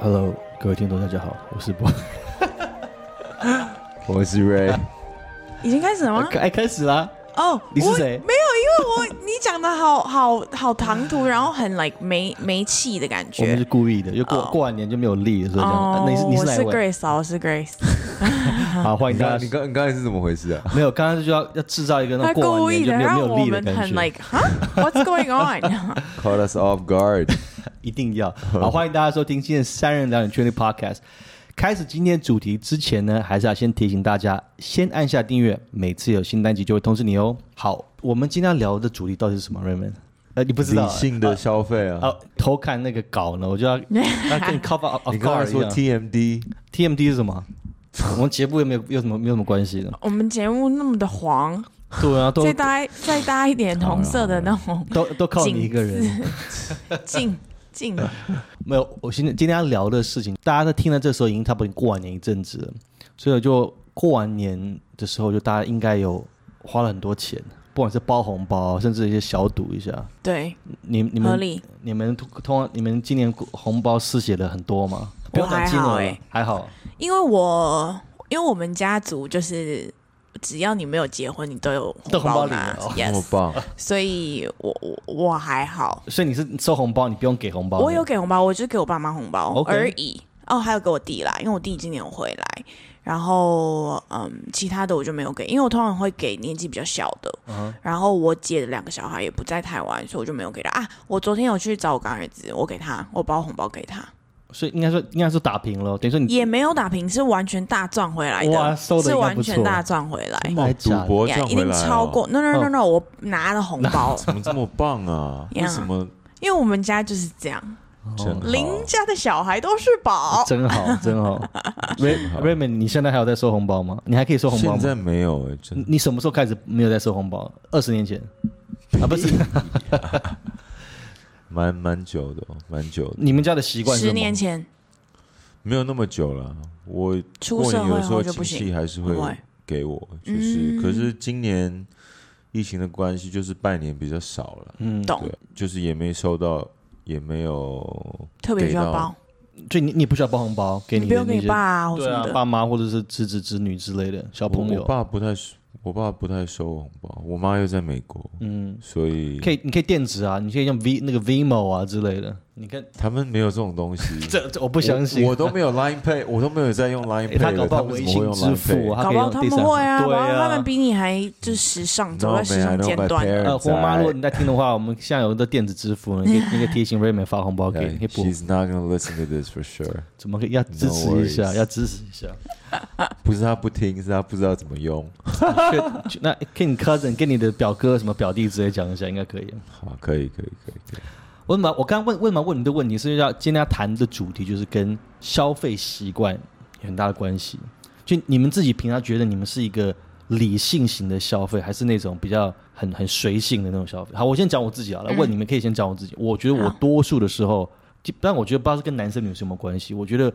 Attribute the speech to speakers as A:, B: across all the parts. A: Hello，各位听众，大家好，我是波。
B: 我是 Ray，
C: 已经开始
B: 呃
C: 了吗？
A: 开开始啦！
C: 哦，
A: 你是
C: 我
A: 谁
C: 没有，因为我你讲的好好好唐突，然后很 like 没没气的感
A: 我们是
C: 觉。
A: 故意的，就过、
C: 哦
A: 过完年就没有力了，所以这样。啊你是你
C: 我
A: 哪一
C: 是
A: 位？
C: Grace 啊，我是 Grace。
A: 好，欢迎
B: 你
A: 大
B: 刚
A: 家
B: 你。刚你刚才是怎么回事啊？
A: 没有，刚刚就要要制造一个 那
C: 他
A: 种过
C: 故
A: 完
C: 意
A: 年就
C: 的
A: 没有没
C: 让
A: 有
C: 我
A: 力的
C: 们
A: 感
C: 很
A: 觉，
C: like 哈 What's going on？
B: Caught us off guard。
A: 一定要。好，欢迎大家收听今天三人聊点圈的 Podcast。开始今天主题之前呢，还是要先提醒大家，先按下订阅，每次有新单集就会通知你哦。好，我们今天要聊的主题到底是什么，Raymond？呃，你不知道
B: 理
A: 啊？
B: 性的消费啊！
A: 啊，偷看那个稿呢，我就要要跟你 cover off
B: 你刚才
A: guard 一
B: 说
A: 样
B: TMD，
A: TMD 是什么？我们节目有没有有什么没有什么关系呢？
C: 我们节目那么的黄，
A: 对啊，都
C: 再搭再搭一点红色的那 种
A: 都都靠你一个人。
C: 镜镜。
A: 没有，我今天今天要聊的事情，大家在听到这时候已经差不多过完年一阵子了，所以我就过完年的时候，就大家应该有花了很多钱，不管是包红包，甚至一些小赌一下。
C: 对，
A: 你你
C: 合
A: 们
C: 理。
A: 你们通通常你们今年红包失血的很多吗？不用讲金额
C: 还好
A: 了
C: 欸，
A: 还好。
C: 因为我因为我们家族就是。只要你没有结婚，你都有
A: 都红包
C: 红拿
A: 领了哦
B: 那么
C: yes，
B: 棒！
C: 所以我我我还好，
A: 所以你是收红包，你不用给红包的。
C: 我有给红包，我就给我爸妈红包
A: 哦 OK
C: 而已。哦，还有给我弟啦，因为我弟今年有回来，然后嗯，其他的我就没有给，因为我通常会给年纪比较小的。
A: 嗯
C: 然后我姐的两个小孩也不在台湾，所以我就没有给他啊。我昨天有去找我干儿子，我给他，我包红包给他，
A: 所以应该说应该是打平了，等于说你
C: 也没有打平，是完全大赚回来
A: 哇
C: 的，
A: 收得
C: 是
A: 应该
C: 完
A: 不错
C: 全大赚回来。
A: 真的还
B: 赌
A: 假的
B: 博
C: 呀
B: 赚
C: 一
B: 回
C: 定
B: 来哦
C: 超过，no
A: 嗯
C: no no no，, no 我拿了红 包，
B: 怎么这么棒啊？为
C: 呀
B: 什么
C: 因为我们家就是这样，
B: 真好啊
C: 邻家的小孩都是宝。
A: 真好，真 好。Ray
B: 真好
A: Raymond，你现在还有在收红包吗？你还可以收红包
B: 现在
A: 吗？
B: 没有哎，
A: 你
B: 真
A: 你什么时候开始没有在收红包？二十年前啊，不是
B: 蛮蛮久的哦，蛮久的，
A: 你们家的习惯是什
C: 十
A: 么
C: 年前
B: 没有那么久了。我
C: 出
B: 过
C: 社
B: 年
C: 会
B: 有时
C: 后
B: 候
C: 就不
B: 亲
C: 行
B: 戚。还是
C: 不
B: 会
C: 会
B: 给我，就是
C: 嗯
B: 可是今年疫情的关系，就是拜年比较少了，
A: 嗯，
C: 懂
B: 对，，就是也没收到，也没有
C: 特别需要
B: 给到
C: 包，
A: 所以你你不需要包红包给你
C: 不
A: 的
C: 用
A: 那
C: 给
A: 些
C: 爸啊或什
A: 对
C: 么
A: 啊
C: 的。
A: 爸妈或者是侄子侄女之类的小
B: 我
A: 啊朋
B: 我
A: 友，
B: 爸不太收，我爸不太收红包，我妈又在美国，
A: 嗯，
B: 所以
A: 可以你可以电子啊，你可以用 V 那个 Vimo 啊之类的。你看
B: 他们没有这种东西。
A: 这这我不相信
B: 我，我都没有 Line Pay，我都没有在用 Line
A: 诶
B: Pay，
A: 他搞
B: 了
A: 不好
B: 他们
A: 微
B: 怎么会
A: 信
B: 用
A: 支
B: Line
A: 付
B: Pay？
A: 啊，他可
C: 搞
A: 以
C: 不好
A: 用
C: 他
A: 第
C: 们
A: 三
C: 会啊，搞不
A: 对
C: 好
A: 啊，
C: 他们比你还就时尚，走
B: No
C: 在时
B: man，I
C: 尚
B: know
C: 尖
B: my
C: 端。
B: parents
A: 呃，红妈，如果你在听的话，我们现在有的电子支付，你可以你可以提醒 Raymond 发红包
B: 哎
A: 给你，可以补
B: She's not gonna listen to this for sure。
A: 怎么可以要支持一下，
B: worries
A: 要支持一下。
B: 不是他不听，是他不知道怎么用。
A: 去那跟你 cousin、跟你的表哥、什么表弟之类讲一下，应该可以。啊
B: 好，可以，可以，可以，可以。
A: 我怎么我刚刚问为什么问你的问题是要今天要谈的主题就是跟消费习惯有很大的关系。就你们自己平常觉得你们是一个理性型的消费，还是那种比较很很随性的那种消费？好，我先讲我自己好了，问你们可以先讲我自己。我觉得我
C: 好
A: 多数的时候，就但我觉得不知道是跟男生女生有没有关系。我觉得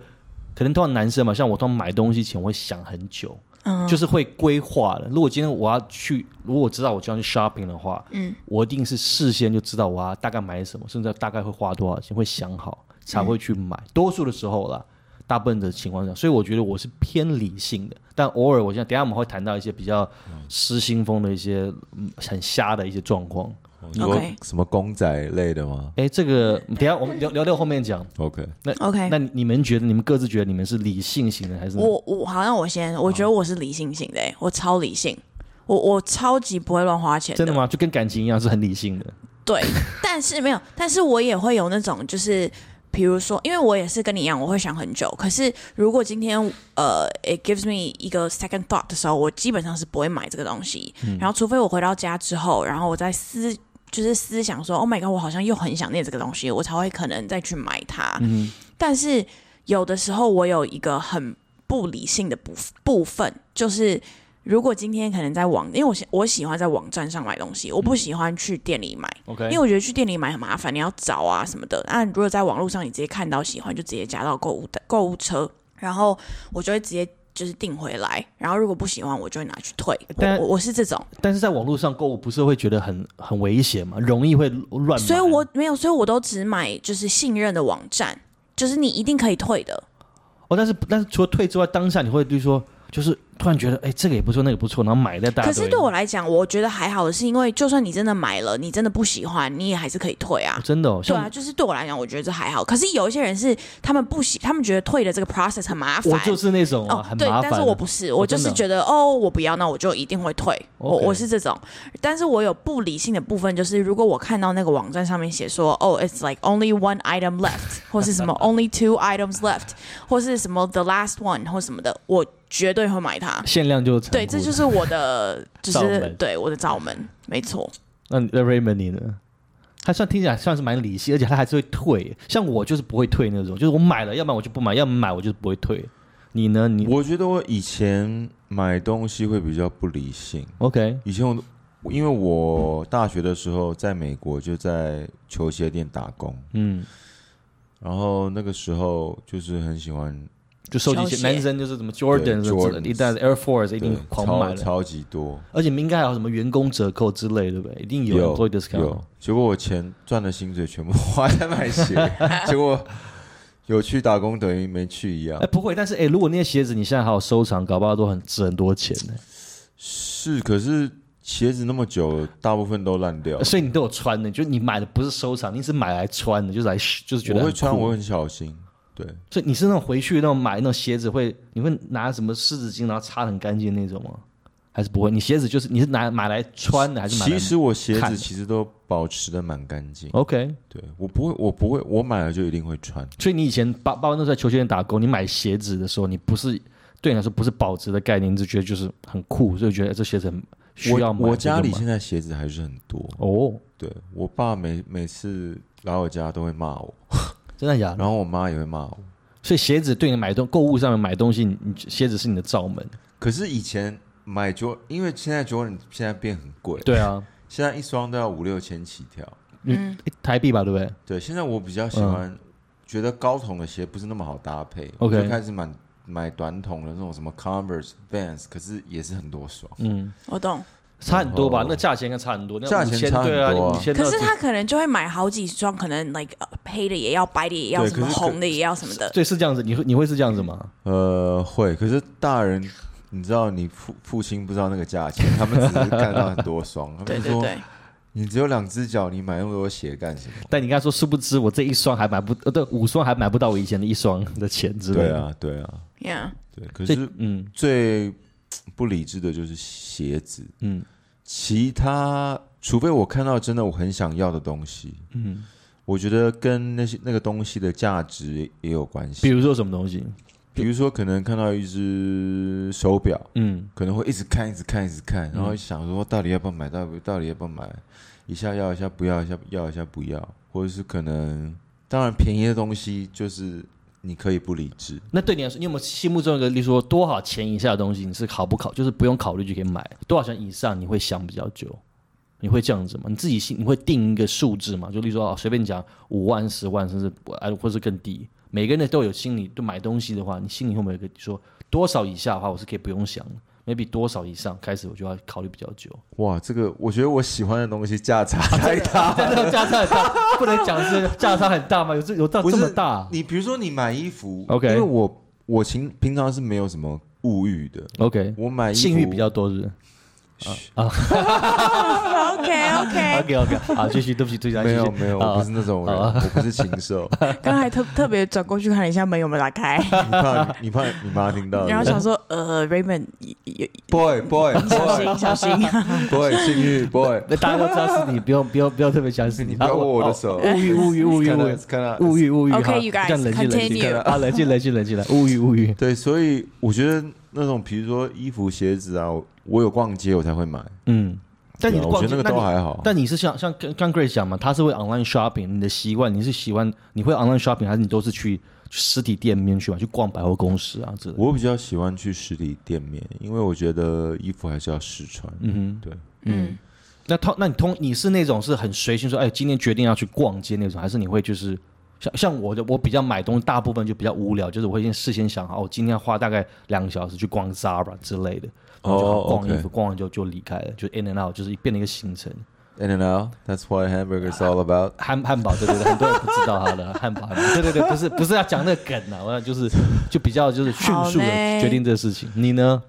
A: 可能通常男生嘛，像我通常买东西前我会想很久，
C: 嗯，
A: 就是会规划的。如果今天我要去，如果我知道我就要去 shopping 的话，
C: 嗯，
A: 我一定是事先就知道我要大概买什么，甚至大概会花多少钱，会想好才会去买。多数的时候啦，大部分的情况下，所以我觉得我是偏理性的。但偶尔，我现在等一下我们会谈到一些比较失心疯的一些、嗯很瞎的一些状况。
B: 你说
C: OK
B: 什么公仔类的吗
A: 哎，这个等一下我们聊聊到后面讲。
B: ？OK，
C: OK
A: 那。你们觉得，你们各自觉得你们是理性型的还是？
C: 我我好像我先，我觉得我是理性型的欸，我超理性，我我超级不会乱花钱
A: 真的吗？就跟感情一样，是很理性的。
C: 对，但是没有，但是我也会有那种，就是比如说，因为我也是跟你一样，我会想很久。可是如果今天呃，it gives me 一个 second thought 的时候，我基本上是不会买这个东西。然后，除非我回到家之后，然后我再思，就是思想说，Oh my god，我好像又很想念这个东西，我才会可能再去买它。
A: 嗯
C: 但是有的时候，我有一个很不理性的部部分，就是。如果今天可能在网，因为我喜我喜欢在网站上买东西，我不喜欢去店里买。
A: 嗯，OK。
C: 因为我觉得去店里买很麻烦，你要找啊什么的。那如果在网络上你直接看到喜欢，就直接加到购物的购物车，然后我就会直接就是订回来。然后如果不喜欢，我就会拿去退。我
A: 但
C: 我我是这种，
A: 但是在网络上购物不是会觉得很很危险吗？容易会乱买。
C: 所以我没有，所以我都只买就是信任的网站。就是你一定可以退的。
A: 哦，但是但是除了退之外，当下你会就是说，就是突然觉得，哎，这个也不错，那个也不错，然后买一大堆。
C: 可是对我来讲，我觉得还好，是因为就算你真的买了，你真的不喜欢，你也还是可以退啊
A: 哦。真的哦，
C: 对
A: 像
C: 啊，就是对我来讲，我觉得这还好。可是有一些人是他们不喜，他们觉得退的这个 process 很麻烦。
A: 我就是那种啊，
C: 哦，
A: 很
C: 对
A: 麻，烦。
C: 但是我不是，我就
A: 真的
C: 是觉得哦，我不要，那我就一定会退。我
A: OK
C: 我是这种，但是我有不理性的部分，就是如果我看到那个网站上面写说哦，it's like only one item left，或 是什么 only two items left，或是什么 the last one 或什么的，我绝对会买它。
A: 限量就是残
C: 对，
A: 酷
C: 这
A: 的
C: 就是我的，就
A: 罩
C: 是
A: 门
C: 对我的罩门，没错。
A: 那你那 Raymond 你呢？他算听起来算是蛮理性，而且他还是会退。像我就是不会退那种，就是我买了，要不然我就不买，要么买我就是不会退。你呢？你
B: 我觉得我以前买东西会比较不理性，
A: OK？
B: 以前我都因为我大学的时候在美国就在球鞋店打工，
A: 嗯，
B: 然后那个时候就是很喜欢
A: 就收集一
C: 球
A: 些
C: 鞋
A: 男生就是什么 Jordan 什么
B: Jordans
A: 一旦 Air Force 一
B: 对
A: 定狂买
B: 超
A: 了，
B: 超级多，
A: 而且应该还有什么员工折扣之类，对不对？一定有
B: 有
A: employee discount
B: 有。结果我钱赚的薪水全部花在买 鞋，结果有去打工等于没去一样
A: 哎，。不会，但是哎，如果那些鞋子你现在还有收藏，搞不好都很值很多钱呢。
B: 是，可是鞋子那么久，大部分都烂掉。
A: 所以你都有穿的，就是你买的不是收藏，你是买来穿的，就是来就是觉得
B: 我会
A: 很
B: 穿，
A: 酷
B: 我会很小心。对，
A: 所以你是那种回去那种买那种鞋子会，你会拿什么湿纸巾然后擦得很干净那种吗？还是不会？你鞋子就是你是拿买来穿的还是买来？
B: 其实我鞋
A: 看
B: 子
A: 的
B: 其实都保持的蛮干净。
A: OK，
B: 对我不会，我不会，我买了就一定会穿。
A: 所以你以前包包括那时候在球鞋店打工，你买鞋子的时候，你不是对你来说不是保值的概念，你只觉得就是很酷，所以觉得这鞋子很需要
B: 我
A: 买。
B: 我家
A: 所
B: 里
A: 以就
B: 现在鞋子还是很多。
A: 买哦，
B: 对我爸每每次来我家都会骂我，
A: 真的假的？
B: 然后我妈也会骂我。
A: 所以鞋子对你买东购物上面买东西，你你鞋子是你的罩门。
B: 可是以前买 Jordan，因为现在 Jordan 现在变很贵，
A: 对啊，
B: 现在一双都要五六千起跳。
A: 诶台币吧，对不对？
B: 对，现在我比较喜欢，觉得高筒的鞋不是那么好搭配
A: 嗯 OK
B: 我就开始买买短筒的那种什么 Converse、Vans，可是也是很多双。
A: 嗯，
C: 我懂，
A: 差很多吧？
B: 然
A: 那
B: 后
A: 个价钱应该差很多，那
B: 价钱
A: 5000
B: 差很
A: 对啊，
B: 多啊
A: 五千。
C: 可是他可能就会买好几双，可能 like 呃黑的也要，白的也要，
B: 对
C: 什么
B: 可是可
C: 红的也要，什么的。
A: 对，是这样子，你会你会是这样子吗？
B: 呃，会，可是大人，你知道你父父亲不知道那个价钱，他们只是看到很多双，他
C: 对
B: 们
C: 对
B: 说
C: 对，
B: 你只有两只脚，你买那么多鞋干什么？
A: 但你刚才说，殊不知我这一双还买不，呃，对，五双还买不到我以前的一双的钱之类的。
B: 对，啊，对啊，
C: yeah，
B: 对。可
A: 所
B: 是
A: 以嗯
B: 最不理智的就是鞋子，
A: 嗯
B: 其他除非我看到真的我很想要的东西，
A: 嗯，
B: 我觉得跟那些那个东西的价值也有关
A: 比
B: 系。
A: 如说什么东西？
B: 比如说，可能看到一只手表，
A: 嗯，
B: 可能会一直看，一直看，一直看，然后想说到底要不要买，到底到底要不要买，一下要一下不要，一下要一下不要，或者是可能，当然便宜的东西就是你可以不理智，
A: 那对你来说，你有没有心目中有一个，例如说多少钱以下的东西，你是考不考，就是不用考虑就可以买？多少钱以上你会想比较久？你会这样子吗？你自己心你会定一个数字吗？就例如说，哦随便讲五万、十万，甚至哎，或是更低。每个人都有心理，就买东西的话，你心里会不会有一个说多少以下的话，我是可以不用想的？maybe 多少以上开始我就要考虑比较久。
B: 哇，这个我觉得我喜欢的东西价差
A: 啊
B: 太大。
A: 价差价差很大，不能讲是价差很大吗？有这有到
B: 不
A: 这
B: 是
A: 么大
B: 你比如说你买衣服
A: OK
B: 因为我我平平常是没有什么物欲的，
A: ？OK，
B: 我买衣服
A: 性欲比较多是不是
C: OK OK，
A: ？OK OK，好，继续，对不起，对不起，
B: 没
A: 继
B: 有
A: 续
B: 没有，
A: 啊
B: 我不是那种人，我不是禽兽。
C: 刚才特特别转过去看了一下门有没有打开，
B: 你怕你怕你妈听
A: 哦
B: 到？
C: 然后想说呃 Raymond，有
B: boy boy
C: 小
B: boy
A: 哦
C: 心小心。
B: boy 性欲 boy，
A: 那大家都知道是你，不用不用不要特别相信
B: 你不要
A: 啊
B: 握
A: 我
B: 我的
A: 哦
B: 手，
A: 物欲物欲物欲
B: 看
A: 物
B: 到
A: 欲
B: 看到
A: 物欲物欲，
C: Okay,
A: 好
C: you guys,
A: 这样冷静冷
C: continue
A: 静啊，冷静冷静冷静了，物欲物欲，
B: 对，所以我觉得那种比如说衣服、鞋子啊，我我有逛街我才会买，
A: 嗯。但你
B: 对啊我
A: 逛
B: 觉
A: 街，
B: 得那个
A: 那
B: 都
A: 你
B: 还好。
A: 但你是像像刚刚 Grace 讲嘛，他是会 online shopping，你的习惯你是喜欢你会 online shopping，还是你都是去实体店面去嘛，去逛百货公司啊之类的？
B: 我比较喜欢去实体店面，因为我觉得衣服还是要试穿。
A: 嗯哼。
B: 对，
C: 嗯，
A: 那通，那你通你是那种是很随性说，哎，今天决定要去逛街那种，还是你会就是像像我的，我比较买东西，大部分就比较无聊，就是我会先事先想好，哦我今天要花大概两个小时去逛 Zara 之类的，然后就
B: 哦
A: 好逛衣服
B: OK
A: 逛完就就离开了，就 in and out，就是变成一个行程。
B: In and out. That's what a hamburger is all about.
A: 汉汉堡，对对对，很多人不知道它的 汉堡，对对对，不是不是要讲那个梗啊，我想就是就比较就是迅速
C: 好
A: 的
C: 嘞
A: 决定这个事情。你呢？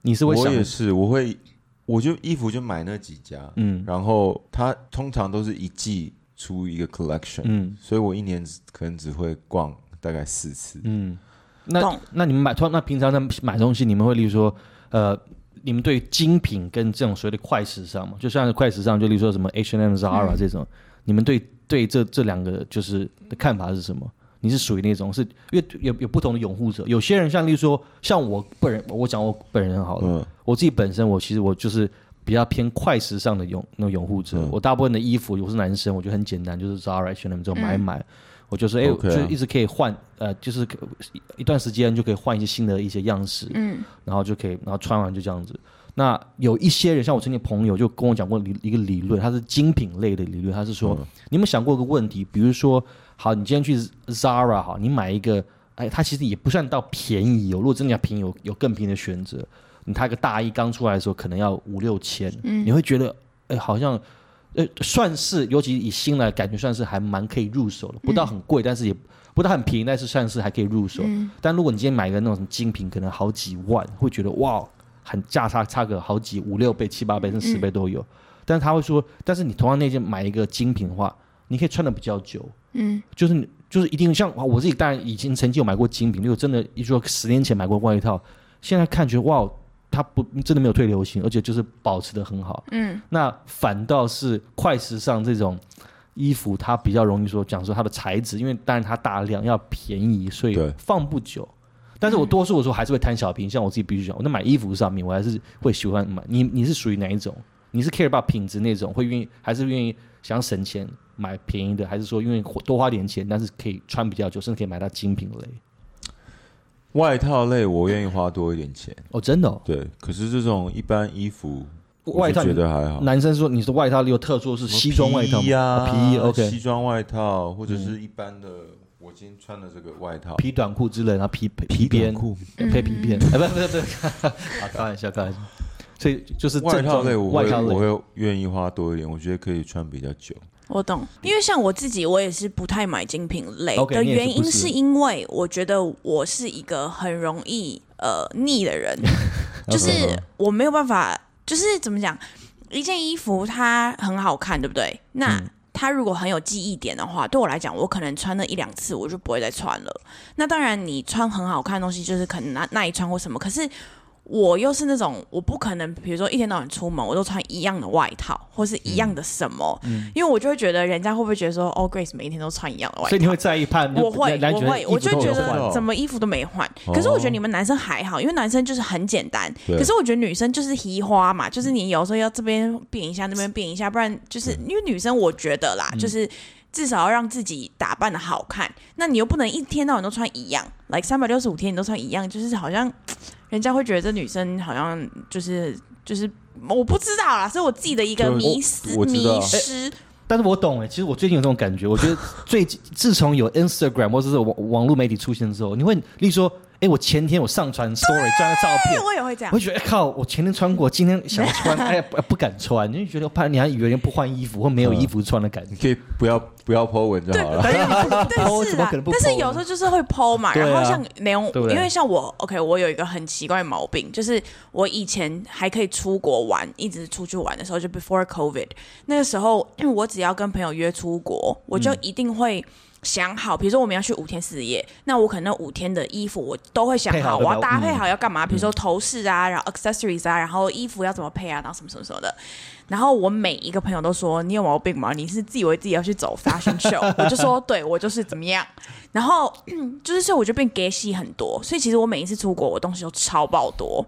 A: 你是会
B: 我
A: 想
B: 也是，我会，我就衣服就买那几家，
A: 嗯
B: 然后它通常都是一季出一个 collection，、
A: 嗯
B: 所以我一年只可能只会逛大概四次。
A: 嗯，那
C: 懂
A: 那你们买，通那平常在买东西，你们会例如说，呃，你们对精品跟这种所谓的快时尚嘛，就像是快时尚，就例如说什么 H and M、Zara 这种，你们对对这这两个就是的看法是什么？你是属于那种是因为有有不同的拥护者，有些人像例如说像我本人，我讲我本人好了，
B: 嗯，
A: 我自己本身，我其实我就是比较偏快时尚的拥那种拥护者。
B: 嗯
A: 我大部分的衣服，我是男生，我就很简单，就是 Zara、H&M 这种买一买。我就是哎
B: 嗯 OK 啊
A: 就一直可以换，呃，就是可一段时间就可以换一些新的一些样式，嗯，然后就可以，然后穿完就这样子。那有一些人，像我曾经朋友就跟我讲过理一个理论，它是精品类的理论，他是
B: 嗯
A: 说，你有没有想过一个问题？比如说，好，你今天去 Zara 好，你买一个，哎，它其实也不算到便宜哦。如果真的要便宜，有有更便宜的选择。你它一个大衣刚出来的时候，可能要五六千，你会觉得，哎，好像，呃，算是，尤其以新来感觉算是还蛮可以入手的，不到很贵，但是也不到很便宜，但是算是还可以入手。但如果你今天买一个那种什么精品，可能好几万，会觉得哇，很价差差个好几五六倍、七八倍甚至十倍都有。但是他会说，但是你同样那件买一个精品的话，你可以穿的比较久，嗯，就是你就是一定像哇我自己，当然已经曾经有买过精品，就真的，一说十年前买过外套，现在看觉得哇，它不真的没有退流行，而且就是保持的很好，嗯，那反倒是快时尚这种。衣服它比较容易说讲说它的材质，因为当然它大量要便宜，所以
B: 对
A: 放不久。但是我多数我说还是会贪小便宜，像我自己必须讲，我那买衣服上面我还是会喜欢买。你你是属于哪一种？你是 care about 品质那种，会愿意还是愿意想省钱买便宜的，还是说因为多花点钱，但是可以穿比较久，甚至可以买到精品类？
B: 外套类我愿意花多一点钱，
A: 哦，真的、哦，
B: 对。可是这种一般衣服，
A: 外套
B: 我就觉得还好。
A: 男生说你是外套有特殊是西装外套
B: 皮衣
A: 吗？
B: 啊，
A: 哦皮衣，OK 嗯
B: 西装外套或者是一般的，我今天穿的这个外套，
A: 皮短裤之类，然后皮皮边
B: 短裤。
A: 配皮片，哎，不不不不，啊，开玩笑，开玩笑。所以就是
B: 外套类我
A: 外
B: 会
A: 套类，
B: 我会愿意花多一点，我觉得可以穿比较久。
C: 我懂，因为像我自己，我也是不太买精品类
A: OK，
C: 的
A: 你也是
C: 原因，
A: 不是
C: 是因为我觉得我是一个很容易呃腻 的人，就是我没有办法，就是怎么讲，一件衣服它很好看，对不对？那、
A: 嗯
C: 它如果很有记忆点的话，对我来讲，我可能穿那一两次我就不会再穿了。那当然，你穿很好看的东西，就是可能那那一穿或什么，可是我又是那种我不可能，比如说一天到晚出门，我都穿一样的外套或是一样的什么，因为我就会觉得人家会不会觉得说，哦，Grace 每一天都穿一样的外
A: 所
C: 套
A: 以。你会在意怕你
C: 我会，
A: 男
C: 我
A: 觉得
C: 会，
A: 衣服
C: 我就
A: 都
C: 觉
A: 有
B: 换
C: 得
B: 哦
A: 换
C: 怎么衣服都没换。可是我觉得你们男生还好，因为男生就是很简单。
B: 对
C: 可是我觉得女生就是提花嘛，就是你有时候要这边变一下，那边变一下，不然就是
B: 嗯
C: 因为女生，我觉得啦，就是至少要让自己打扮的好看。那你又不能一天到晚都穿一样，like 三百六十五天你都穿一样，就是好像人家会觉得这女生好像就是就是我不知道啦，所以我自己的一个
B: 就
C: 迷失
B: 我我知道
C: 迷失。
A: 但是我懂哎、其实我最近有这种感觉，我觉得最近自从有 Instagram 或者是网网络媒体出现之后，你会例如说，哎、我前天我上传 story 这样的
B: 哦
A: 照片
C: 对，。我也会这样
A: 我。会觉得、哎靠，我前天穿过，今天想穿，哎，不不敢穿，因为觉得怕你还以为不换衣服或没有衣服穿的感觉
B: 你。可以不要不要 po 文就 好了。
A: 但是
C: 但是
A: 怎么
C: 啦
A: 可能，不
C: 但是
A: po
C: 有时候就是会剖嘛，
A: 对啊
C: 然后像内容，
A: 对不对
C: 因为像我，OK，我有一个很奇怪的毛病，就是我以前还可以出国玩，一直出去玩的时候，就 before COVID 那个时候，因为我只要跟朋友约出国，我就一定会。想好，比如说我们要去五天四夜，那我可能那五天的衣服我都会想
A: 配好
C: 好，
A: 对吧嗯
C: 我要搭配好要干嘛，比如说头饰啊，然后 accessories 啊，然后衣服要怎么配啊，然后什么什么什么的。然后我每一个朋友都说你有毛病吗？你是自以为自己要去走 fashion show？我就说对，我就是怎么样。然后嗯就是所以我就变 gay 系很多，所以其实我每一次出国，我东西都超爆多。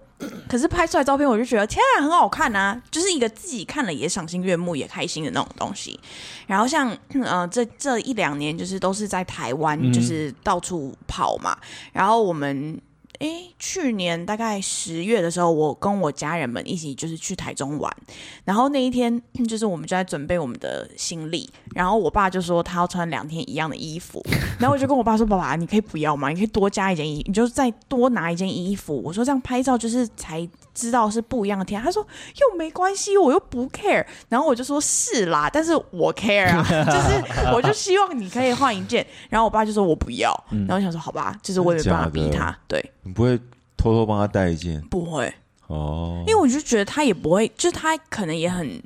C: 可是拍出来照片，我就觉得天啊，很好看啊，就是一个自己看了也赏心悦目、也开心的那种东西。然后像呃，这这
A: 嗯
C: 一两年就是都是在台湾，就是到处跑嘛。然后我们诶，去年大概十月的时候，我跟我家人们一起就是去台中玩，然后那一天 就是我们就在准备我们的行李，然后我爸就说他要穿两天一样的衣服， 然后我就跟我爸说：“爸爸，你可以不要吗？你可以多加一件衣，你就再多拿一件衣服。”我说：“这样拍照就是才知道是不一样的天。”他说：“又没关系，我又不 care。”然后我就说：“是啦，但是我 care 啊，就是 我就希望你可以换一件。”然后我爸就说：“我不要。然后我想说：“好吧，就是我也没办法逼
B: 嗯真的假
C: 他。”对，
B: 你不会偷偷帮他带一件
C: 不会，
B: 哦？
C: 因为我就觉得他也不会，就是他可能也很。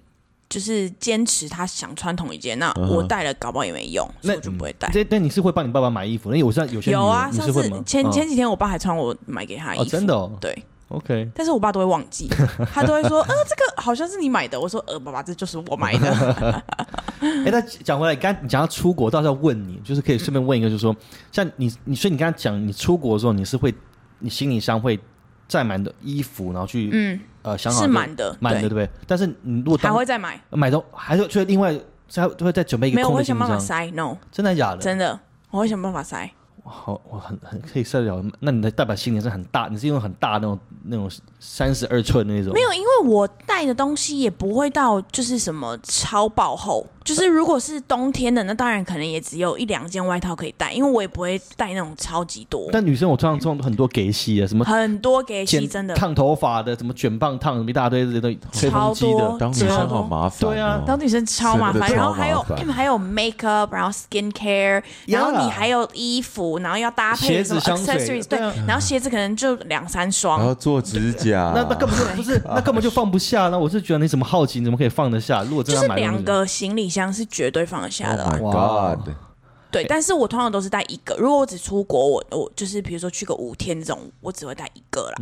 C: 就是坚持他想穿同一件，那
B: 嗯哼
C: 我带了搞不好也没用，所以我就不会带。
A: 这但你是会帮你爸爸买衣服？那我知道有些
C: 有啊，
A: 女人
C: 上
A: 你是会
C: 次
A: 吗？
C: 前
A: 嗯
C: 前几天我爸还穿我买给他的衣
A: 哦，
C: 服，
A: 真的哦
C: 对，
A: ，OK，
C: 但是我爸都会忘 记，他都会说，呃，这个好像是你买的。我说，呃，爸爸，这就是我 买的。
A: 哎、那讲回来，刚你讲到出国，倒是要问你，就是可以顺便问一个，就是说，像你，你所以你刚才讲，你出国的时候，你是会，你行李箱会载满的衣服，然后去，
C: 嗯，
A: 呃，想好
C: 是
A: 就
C: 满的，
A: 满的，对
C: 对，
A: 不对？但是你如果
C: 还
A: 当
C: 会再买。
A: 买到，还是去另外再会再准备一个
C: 没有，我
A: 空
C: 会
A: 的行
C: 想
A: 李
C: 办法
A: 箱，
C: 塞。No，
A: 真的假的？
C: 真的，我会想办法塞。
A: 好，我很很可以受得了。那你的代表行李是很大，你是用很大那种那种三十二寸那种，
C: 没有，因为我带的东西也不会到就是什么超爆厚，就是如果是冬天的，那当然可能也只有一两件外套可以带，因为我也不会带那种超级多，
A: 但女生我通常中很多给洗的，什么
C: 很多给
A: 剪
C: 洗真的。
A: 烫头发的，什么卷棒烫，什么一大堆这些东西，吹风
C: 超
A: 机的。
C: 多，
B: 当女
C: 超
B: 生好
C: 多
B: 麻烦、哦，
A: 对啊
C: 当女生超麻烦，
B: 真的超麻烦
C: 然后还有还有 makeup，然后 skincare，然后你还有衣服，然后要搭配
A: 鞋
C: 什
A: 子
C: 么
A: 香水
C: accessories，
A: 对
C: 对
A: 啊，
C: 然后鞋子可能就两三
B: 然后
C: 双，
B: 做指甲，
A: 那那根本就不是，
C: Oh
A: 那根本就放不下。那我是觉得你怎么好奇，你怎么可以放得下？如果真
C: 就
A: 的
C: 是
A: 买哦
C: 两，个行李箱是绝对放得下的
B: Oh
C: 啦。
B: my God，
C: 对，但是我通常都是带一个，如果我只出国，我我就是比如说去个五天这种，我只会带一个啦。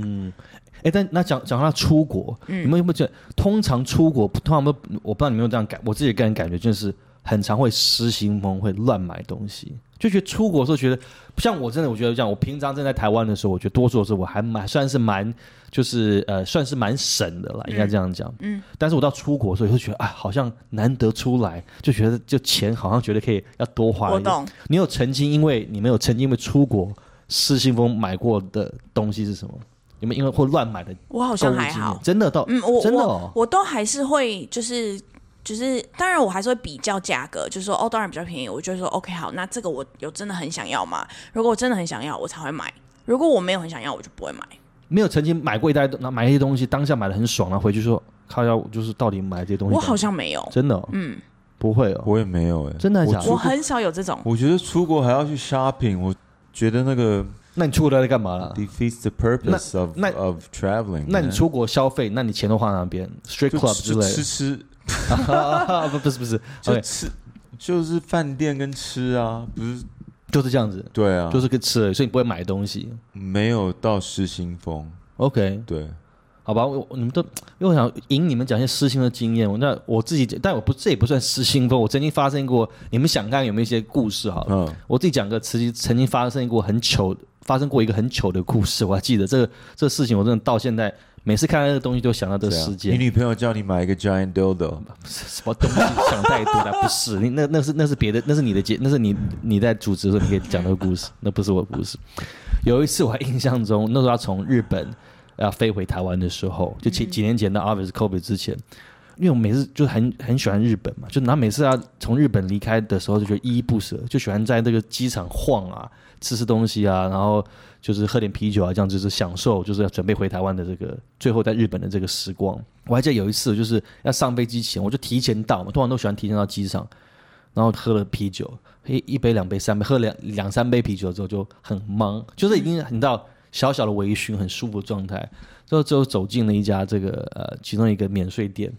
A: 哎，但那讲讲到出国，你们有没有觉得，通常出国，通常都我不知道你们有没有这样感，我自己个人感觉就是很常会失心疯，会乱买东西，就觉得出国的时候觉得，像我真的我觉得这样，我平常正在台湾的时候，我觉得多数的时候我还蛮算是蛮就是呃算是蛮省的啦，应该这样讲，嗯，但是我到出国的时候，就觉得哎，好像难得出来，就觉得就钱好像觉得可以要多花一
C: 我
A: 点。
C: 懂，
A: 你有曾经因为你们有曾经因为出国失心疯买过的东西是什么？你们因为或乱买的
C: 我好
A: 好
C: 像还好，
A: 真的到
C: 嗯，我
A: 真的
C: 我
A: 哦，
C: 我都还是会就是就是，当然我还是会比较价格，就是说哦，当然比较便宜，我就会说 OK 好，那这个我有真的很想要吗？如果我真的很想要，我才会买；如果我没有很想要，我就不会买。
A: 没有曾经买过一袋，然后买一些东西，当下买的很爽，然后回去说靠要就是到底买这些东西
C: 我
A: 干嘛，
C: 好像没有，
A: 真的、哦，嗯，不会哦，
B: 我也没有哎、
A: 真的还假的
B: 我
C: 我
B: 出
C: 很少有这种。
B: 我觉得出国还要去 shopping，我觉得那个
A: 那你出国到底在干嘛了？
B: defeats the purpose of
A: 那
B: of traveling
A: 那
B: man。
A: 你出国消费，那你钱都花哪边？Strip
B: 就
A: club 之
B: 就吃
A: 类
B: 吃
A: 的？不不是不哎是
B: 就
A: ，OK，
B: 吃就是饭店跟吃啊，不是
A: 就是这样子，
B: 对啊，
A: 就是个吃而已，所以你不会买东西。
B: 没有到失心疯，
A: OK，
B: 对，
A: 好吧，我我你们都，因为我想引你们讲一些失心的经验。我那我自己，但我不这也不算失心疯，我曾经发生过。你们想看有没有一些故事好了？
B: 嗯，
A: 我自己讲个曾经曾经发生过很糗，发生过一个很糗的故事，我还记得这个这个事情，我真的到现在每次看到这个东西都想到这个
B: 这样
A: 事
B: 你
A: 件。
B: 女朋友叫你买一个 giant dildo，
A: 什么东西想太多了？不是，你那那是那是别的，那是你的节，那是你你在主持的时候你可以讲的故事，那不是我的故事。有一次我还印象中，那时候要从日本要飞回台湾的时候，就几几年前的 obvious COVID 之前，因为我每次就很很喜欢日本嘛，就然后每次要从日本离开的时候，就觉得依依不舍，就喜欢在那个机场晃啊，吃吃东西啊，然后就是喝点啤酒啊，这样就是享受，就是要准备回台湾的这个最后在日本的这个时光。我还记得有一次，就是要上飞机前，我就提前到嘛，通常都喜欢提前到机场，然后喝了啤酒，一一杯、两杯、三杯，喝两两三杯啤酒之后就很忙，就是已经很到小小的微醺，很舒服的状态。之后之后走进了一家这个呃其中一个免税店，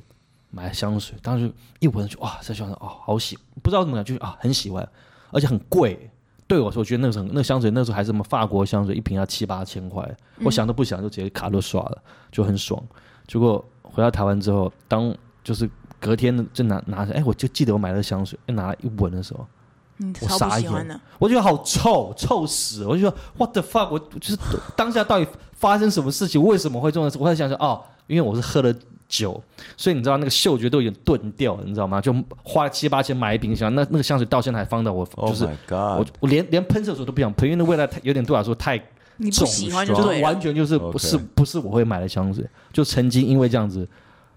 A: 买了香水，当时一闻就哇，这香水哦好喜，不知道怎么讲，就是啊很喜欢，而且很贵。对我说，我觉得那个时候那个香水那时候还是什么法国香水，一瓶要七八千块，我想都不想就直接卡都刷了，就很爽。结果回到台湾之后，当就是隔天就拿拿着，哎，我就记得我买了香水，哎拿来一闻的时候，
C: 嗯，
A: 我
C: 超
A: 傻
C: 不喜
A: 眼
C: 欢的。
A: 我觉得好臭，臭死了！我就说 What the fuck！我我就是当下到底发生什么事情？为什么会这样？我在想说，哦，因为我是喝了酒，所以你知道那个嗅觉都有点钝掉，你知道吗？就花了七八千买一瓶香，那那个香水到现在还放到我，
B: ，Oh
A: 就是
B: my God，
A: 我我连连喷厕所都不想喷，因为那味道太有点对我来说太
C: 你不
A: 重
C: 喜欢就
A: 就
C: 对
A: 是
C: 了。
A: 完全就是不
B: OK
A: 是不是我会买的香水，就曾经因为这样子，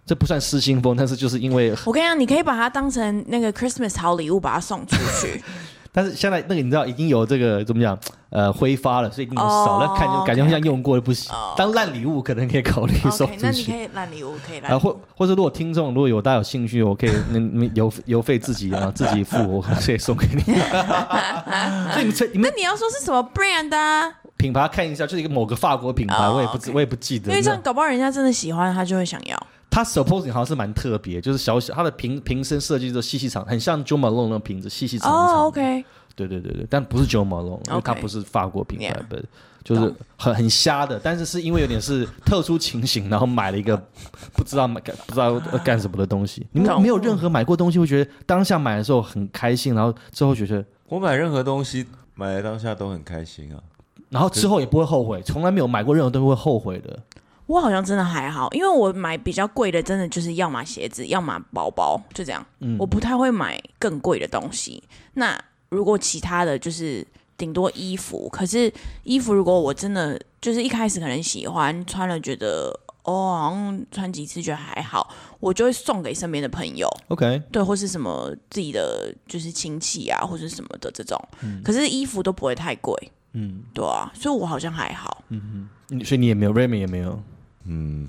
A: 这不算失心疯，但是就是因为，
C: 我跟你讲，你可以把它当成那个 Christmas 好礼物，把它送出去。
A: 但是现在那个你知道已经有这个怎么讲，呃，挥发了，所以已经有少
C: 哦
A: 了，看就感觉
C: OK，OK 哦
A: 像用过的不行。当烂礼物可能可以考虑 送
C: OK，
A: 出
C: 那你
A: 去
C: 可。以烂礼物，可以烂
A: 啊，
C: 礼物。
A: 或或者如果听众如果有大家有兴趣，我可以那你邮邮费自己啊自己付，我可以送给 你。所以你们这你
C: 那
A: 们
C: 你要说是什么 brand 啊？
A: 品牌看一下，就是一个某个法国品牌，
C: 哦
A: 我也不知
C: OK
A: 我也不记得。
C: 因为这样搞不好人家真的喜欢，他就会想要。
A: 它 supposing 好像是蛮特别，就是小小它的瓶瓶身设计就细细长，很像 Jo Malone 那瓶子细细长长的。
C: 哦，OK，
A: 对对对对，但不是 Jo Malone，因为
C: OK
A: 它不是法国品牌
C: Yeah
A: 本就是很很瞎的，但是是因为有点是特殊情形，然后买了一 个不知道买干不知道要干什么的东西。你们
C: 懂
A: 没有任何买过东西，会觉得当下买的时候很开心，然后之后觉得，
B: 我买任何东西，买来当下都很开心啊。
A: 然后之后也不会后悔，从来没有买过任何东西会后悔的。
C: 我好像真的还好，因为我买比较贵的，真的就是要么鞋子，要么包包，就这样。我不太会买更贵的东西。那如果其他的就是顶多衣服，可是衣服如果我真的就是一开始可能喜欢，穿了觉得哦，好像穿几次觉得还好，我就会送给身边的朋友。
A: OK，
C: 对，或是什么自己的就是亲戚啊，或者什么的这种，
A: 嗯
C: 可是衣服都不会太贵，嗯，对啊，所以我好像还好，
A: 你所以你也没有，Remy 也没有。
B: 嗯，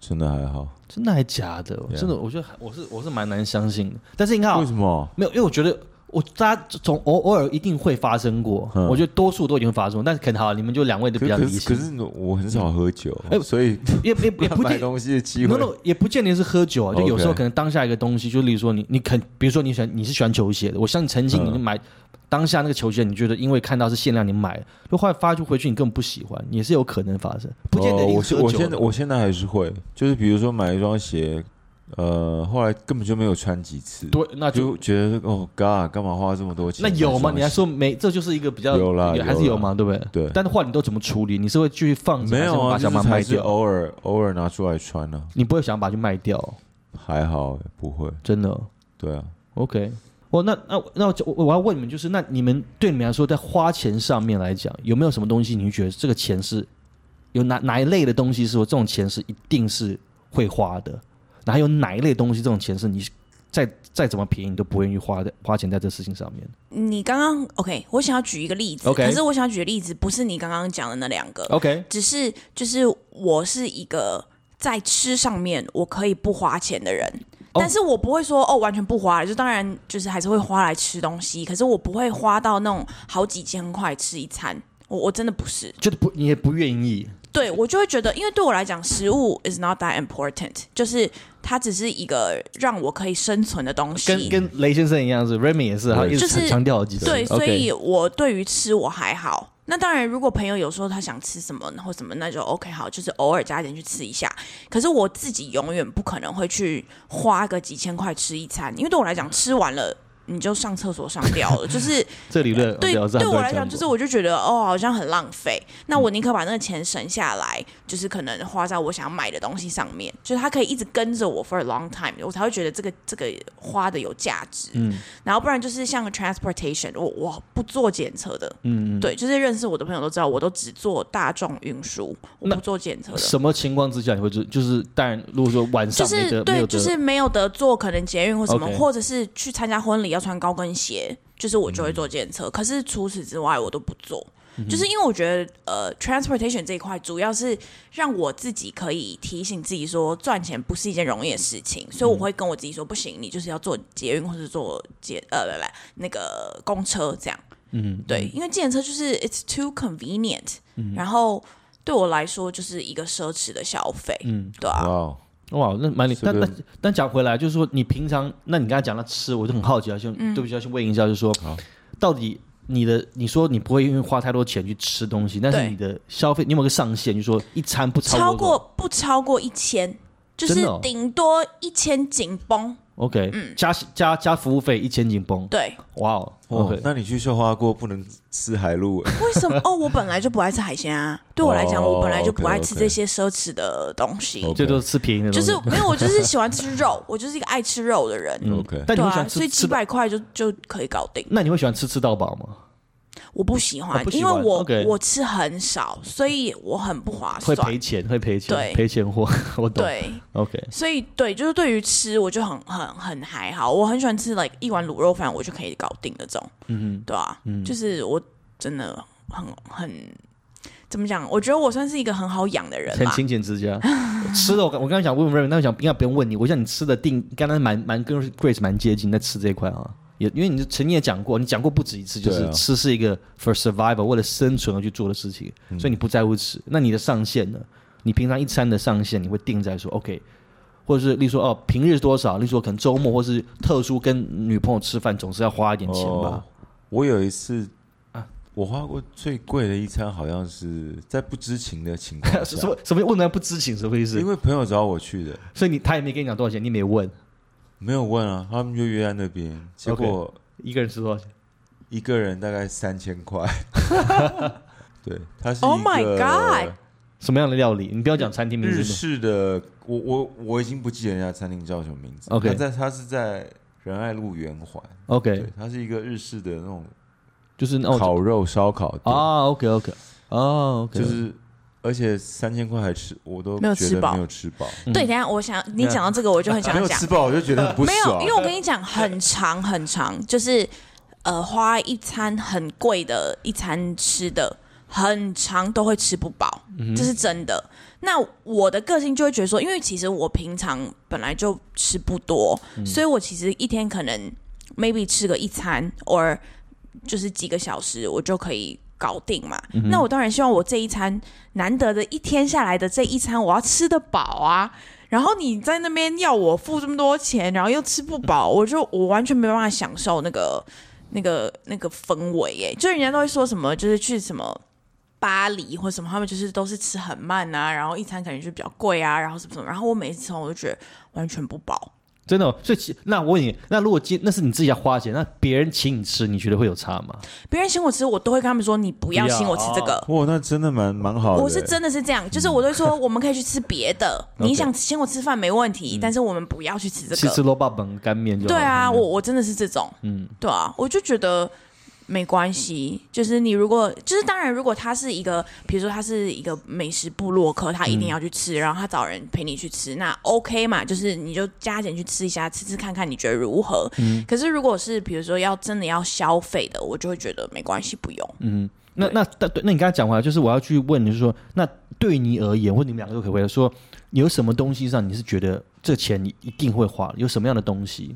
B: 真的还好。
A: 真的还假的？真的，我觉得还我是我是蛮难相信的。但是你看啊
B: 为，什么？
A: 没有，因为我觉得我大家从偶偶尔一定会发生过，
B: 嗯
A: 我觉得多数都已经发生过，但是可能好，你们就两位都
B: 可
A: 比较
B: 可
A: 理
B: 是可
A: 性，
B: 是我很少喝酒，
A: 哎
B: 所以
A: 也也也不
B: 买
A: 见
B: 东西的机
A: ，no
B: 会
A: no，也不见得是喝酒啊，就有时候
B: OK
A: 可能当下一个东西，就例如说你你肯，比如说你喜欢你是喜欢球鞋的，我相信曾经
B: 嗯
A: 你买。当下那个球鞋，你觉得因为看到是限量，你买，就后来发就回去，你根本不喜欢，也是有可能发生，不见得
B: 哦
A: 一定
B: 我
A: 是
B: 现
A: 喝
B: 我
A: 酒
B: 现在
A: 的。
B: 我现在还是会，就是比如说买一双鞋，呃，后来根本就没有穿几次，
A: 对，那就
B: 就觉得哦，God，干嘛花这么多钱
A: 那
B: 买这双
A: 有
B: 鞋？
A: 吗？你还说没？这就是一个比较
B: 有啦
A: 还是
B: 有
A: 有
B: 啦
A: 嘛，对不对？
B: 对
A: 但是话你都怎么处理？你是会继续放着，
B: 没有
A: 还
B: 啊？
A: 是把它
B: 就是
A: 把它
B: 还
A: 卖
B: 是
A: 掉？
B: 偶尔偶尔拿出来穿呢、
A: 你不会想把它去卖掉哦？
B: 还好不会。
A: 真的
B: 对啊，
A: ？OK。哦，那那那我我我要问你们，就是那你们对你们来说，在花钱上面来讲，有没有什么东西你会觉得这个钱是有哪哪一类的东西是我这种钱是一定是会花的？然后有哪一类东西这种钱是你再再怎么便宜你都不愿意花的花钱在这事情上面
C: 你刚刚 OK，我想要举一个例子
A: OK 哦
C: 可是我想要举的例子不是你刚刚讲的那两个
A: ？OK，
C: 只是就是我是一个在吃上面我可以不花钱的人。
A: 哦
C: 但是我不会说哦，完全不花，就当然就是还是会花来吃东西，可是我不会花到那种好几千块吃一餐，我我真的不是。
A: 就是不你也不愿意，
C: 对我就会觉得，因为对我来讲，食物 is not that important，就是它只是一个让我可以生存的东西。
A: 跟跟雷先生一样是 Remy 也是，他一直
C: 就是
A: 强强调了几次。
C: 对，所
A: OK
C: 以我对于吃我还好。那当然，如果朋友有说他想吃什么或什么，那就 OK 好，就是偶尔加一点去吃一下。可是我自己永远不可能会去花个几千块吃一餐，因为对我来讲，吃完了你就上厕所上掉了，就是
A: 这理论
C: 对
A: 我知道
C: 对
A: 很多
C: 我
A: 人
C: 来讲，
A: 过
C: 就是我就觉得哦，好像很浪费。那
A: 嗯
C: 我宁可把那个钱省下来，就是可能花在我想买的东西上面，就是它可以一直跟着我 for a long time，我才会觉得这个这个花的有价值。
A: 嗯
C: 然后不然就是像 transportation，我我不做检测的，
A: 嗯，嗯
C: 对，就是认识我的朋友都知道，我都只做大众运输，我
A: 那
C: 不做检测的。
A: 什么情况之下你会就就是当然，如果说晚
C: 就
A: 上没
C: 是
A: 得没
C: 对，
A: 有
C: 就
A: 得，
C: 是没有得做，可能捷运或什么
A: OK
C: 或者是去参加婚礼要穿高跟鞋，就是我就
A: 嗯
C: 会做检测。可是除此之外，我都不做，就是因为我觉得呃，transportation 这一块主要是让我自己可以提醒自己说，赚钱不是一件容易的事情，所以
A: 嗯
C: 我会跟我自己说，不行，你就是要做捷运或是做捷呃不不那个公车这样。
A: 嗯，
C: 对，因为计程车就是 it's too convenient，、然后对我来说就是一个奢侈的消费，
A: 嗯
C: 对
B: 哇
C: 啊，
B: 哦，
A: 哇，那蛮厉。
B: 这
A: 但
B: 个
A: 但但讲回来，就是说你平常，那你刚才讲到吃，我就很好奇啊，就
C: 嗯
A: 对不起，要去问一下，就是说
B: 好
A: 到底你的你说你不会因为花太多钱去吃东西，但是
C: 对
A: 你的消费你有没有个上限？就是说一餐不
C: 超
A: 过
C: 过不超过一千，就
A: 真
C: 是
A: 的哦
C: 顶多一千紧绷，
A: OK，加加加服务费一千紧绷，
C: 嗯 对，
A: 哇哦
B: 哦
A: ，OK，，
B: 那你去绣花锅不能吃海陆，
C: 为什么？哦，我本来就不爱吃海 鲜啊，对我来讲，
B: 哦
C: 我本来就不爱吃
B: OK，OK
C: 这些奢侈的东西。
B: OK
A: 最多吃便宜的东
C: 就
A: 西，
C: 是没有，我就是喜欢吃肉， 我就是一个爱吃肉的人，
A: 嗯
B: OK
A: 但你
C: 对
A: 会喜
C: 啊，
A: 欢
C: 所
A: 吃
C: 以几
A: 吃，
C: 百块就就可以搞定。
A: 那你会喜欢吃吃到饱吗？
C: 我不喜欢，
A: 啊不喜
C: 因为
A: 欢
C: 我
A: OK
C: 我吃很少，所以我很不划
A: 会
C: 算。
A: 赔钱，会赔钱，
C: 对
A: 赔钱货， 我懂。
C: 对，
A: OK，
C: 所以对，就是对于吃，我就很很很还好。我很喜欢吃 like 一碗卤肉饭，我就可以搞定那种。嗯对啊，就是我真的很很怎么讲？我觉得我算是一个很好养的人
A: 很
C: 啦。
A: 勤俭持 家。吃的我刚我刚刚想问 Raven，那我想应该不用问你，我想你吃的定刚才蛮蛮跟 Grace 蛮接近，在吃这一块啊。也因为你曾经也讲过，你讲过不止一次，就
B: 对
A: 是
B: 啊
A: 吃是一个 for survival 为了生存而去做的事情，
B: 嗯
A: 所以你不在乎吃。那你的上限呢？你平常一餐的上限，你会定在说 OK，或者是例如说哦，平日多少？例如说可能周末或是特殊跟女朋友吃饭，总是要花一点钱吧
B: 哦？我有一次
A: 啊
B: 我花过最贵的一餐，好像是在不知情 的情况
A: 什什
B: 下，
A: 么什么问他不知情什么意思
B: 啊因？为朋友找我去的，
A: 所以你他也没跟你讲多少钱，你也没问，
B: 没有问啊，他们就约在那边，结果
A: 一个人吃多少钱？
B: 一个人大概三千 块。对，他是
C: Oh
B: 一
C: my
B: 个
C: God
A: 什么样的料理？你不要讲餐厅名字。
B: 日式的，我我我已经不记得人家餐厅叫什么名字。
A: OK
B: 他在他是在仁爱路圆环，
A: OK，
B: 对，它是一个日式的那种
A: 就是那种
B: 烤肉烧烤店，
A: 啊，OK OK，哦，OK，
B: 就是而且三千块还吃，我都
C: 没有
B: 觉
C: 吃
B: 得
C: 饱
B: 没有吃饱。
C: 对，等一下我想你讲到这个，我就很想
B: 没有
C: 讲
B: 吃。饱，我就觉得很不
C: 没有
B: 爽。，
C: 因为我跟你讲，很长很长，就是呃，花一餐很贵的一餐吃的，很长都会吃不饱，
B: 嗯
C: 这是真的。那我的个性就会觉得说，因为其实我平常本来就吃不多，
B: 嗯
C: 所以我其实一天可能 maybe 吃个一餐，or 就是几个小时，我就可以。搞定嘛？
B: 嗯
C: 那我当然希望我这一餐难得的一天下来的这一餐，我要吃得饱啊。然后你在那边要我付这么多钱，然后又吃不 饱，我就我完全没办法享受那个那个那个氛围耶。就人家都会说什么，就是去什么巴黎或什么，他们就是都是吃很慢啊，然后一餐可能就比较贵啊，然后什么什么。然后我每一次吃完我就觉得完全不饱，
A: 真的哦。所以其那我问你，那如果今那是你自己要花钱，那别人请你吃，你觉得会有差吗？
C: 别人请我吃，我都会跟他们说你不要
A: 不要
C: 请我吃这个。
B: 哇，那真的蛮蛮好的欸。
C: 哦我是真的是这样，就是我都会说我们可以去吃别的，你
A: OK
C: 想请我吃饭没问题，但是我们不要去嗯吃这
A: 吃
C: 个。
A: 吃萝卜本干面就好
C: 对啊，我我真的是这种，嗯，对啊，我就觉得没关系。就是你如果，就是当然，如果他是一个，比如说他是一个美食部落客，他一定要去吃，然后他找人陪你去吃，那 OK 嘛，就是你就加减去吃一下，吃吃看看你觉得如何。可是如果是比如说要真的要消费的，我就会觉得没关系，不用。
A: 那那那对，那你刚才讲回来，就是我要去问你是说，那对你而言，或你们两个都可以回答说，有什么东西上你是觉得这钱你一定会花？有什么样的东西？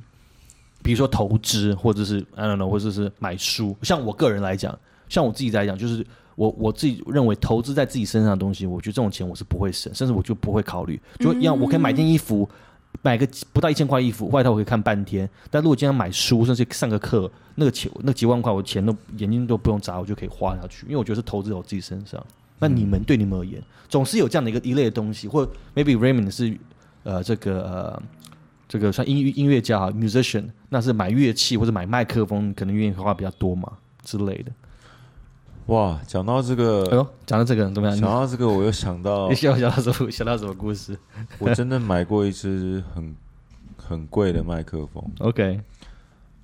A: 比如说投资，或者是 I don't know，或者是买书。像我个人来讲，像我自己来讲，就是我我自己认为投资在自己身上的东西，我觉得这种钱我是不会省，甚至我就不会考虑。就一样，我可以买件衣服，买个几不到一千块衣服外套，我可以看半天。但如果今天买书，甚至上个课，那个钱那几万块，我钱都眼睛都不用眨，我就可以花下去，因为我觉得是投资在我自己身上。那你
B: 嗯
A: 们对你们而言，总是有这样的一个一类的东西，或 maybe Raymond 是呃这个呃这个算音乐音乐家啊 musician，那是买乐器或者买麦克风，可能愿意花比较多嘛之类的。
B: 哇，讲到这
A: 哎
B: 个，
A: 呦，讲到这个怎么样？
B: 想
A: 你
B: 到这个，我又想到
A: 你想想到什么？想到什么故事
B: 我真的买过一支很很贵的麦克风，
A: ？OK，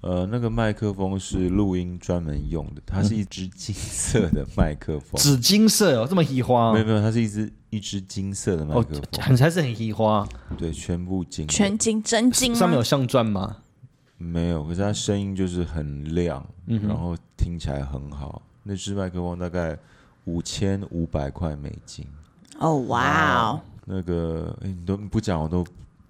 B: 呃，那个麦克风是录音专门用的，它是一支金色的麦克风，
A: 紫金色哦，这么移花
B: 没
A: 哦
B: 有没有，它是一支一支金色的麦
A: 哦
B: 克，风，
A: 很还是很移花，
B: 对，全部金的，
C: 全金真金吗
A: 上面有镶钻吗？
B: 没有，可是它声音就是很亮，然后听起来很好。那支麦克风大概五千五百块美金，
C: 哦，哇哦，
B: 那个哎，你都你不讲我都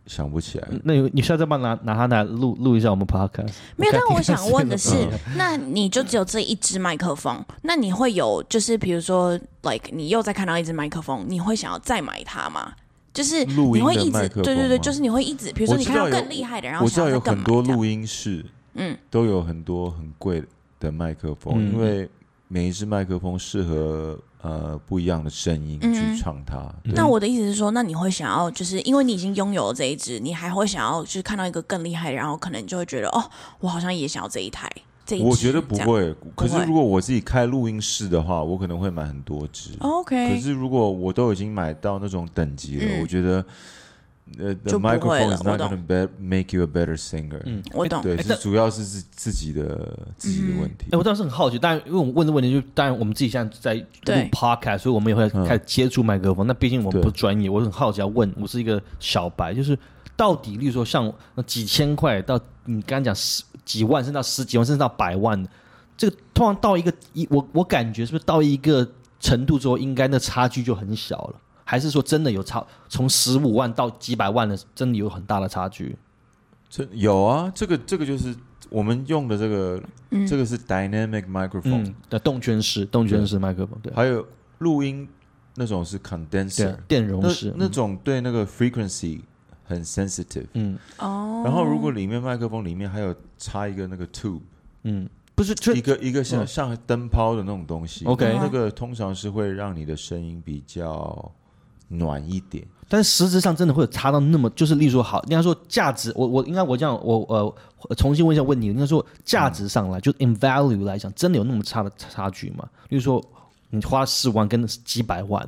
B: 想不起来。
A: 那有你下次帮拿拿它来录录一下我们 podcast。
C: 没有，
A: 看
C: 但我
A: 你
C: 想问的是
A: 什么，
C: 那你就只有这一支麦克风，那你会有就是比如说，like 你又再看到一支麦克风，你会想要再买它吗？就是
B: 录
C: 你
B: 音
C: 会
B: 的
C: 一
B: 麦
C: 直
B: 克
C: 对
B: 风
C: 对对，
B: 吗
C: 就是你会一直，比如说
B: 我
C: 你
B: 知
C: 看
B: 道
C: 到
B: 有
C: 更厉害的，然后
B: 我知
C: 想
B: 道
C: 要
B: 有
C: 再更
B: 很
C: 买
B: 多
C: 这样
B: 录音室，
C: 嗯，
B: 都有很多很贵的麦克风，
A: 嗯
B: 因为每一支麦克风适合呃不一样的声音去唱它。对
C: 那我的意思是说，那你会想要，就是因为你已经拥有了这一支，你还会想要就是看到一个更厉害的，然后可能就会觉得哦，我好像也想要这一台，这一支
B: 我觉得不
C: 这样
B: 会，可
C: 不
B: 是
C: 会
B: 如果我自己开录音室的话，我可能会买很多支。
C: ，OK，
B: 可是如果我都已经买到那种等级了，
C: 嗯
B: 我觉得呃，the
C: 就不会了
B: microphone is
C: 我
B: not
C: 懂哦
B: gonna be- make you a better singer。
A: 嗯
C: 我懂。
B: 对，
A: 哎
B: 是
A: 但
B: 主要是自自己的自己
C: 嗯
B: 的问题
A: 哎、。我倒是很好奇，当然，因为我们问的问题就，当然我们自己现在在录
C: 对
A: podcast，所以我们也会开始接触麦克风。那毕竟我们
B: 对
A: 不专业，我很好奇要问，我是一个小白，就是到底，例如说像那几千块到你刚刚讲十几万，甚至到十几万，甚至到百万的，这个通常到一个一，我我感觉是不是到一个程度之后，应该那差距就很小了？还是说真的有差？从十五万到几百万的，真的有很大的差距？
B: 这有啊，这个这个就是我们用的这个，这个是 dynamic microphone，
A: 嗯，的动圈式，动圈式麦克风，对，
B: 还有录音那种是
A: 对嗯
B: condenser，，
A: 电容
B: 那
A: 式，
B: 那种对那个 frequency 很 sensitive。
A: 嗯
C: 哦，
B: 然后如果里面麦克风里面还有插一个那个 tube，
A: 嗯，不是，就
B: 一个一个像、
A: 嗯
B: 像灯泡的那种东西
A: OK
B: 那那个通常是会让你的声音比较暖一点。
A: 但是实质上真的会有差到那么，就是例如说好，应该说价值，我我应该我这样，我呃呃重新问一下问你，应该说价值上来，就 in value 来讲，真的有那么差的差距吗？例如说你花十万跟几百万，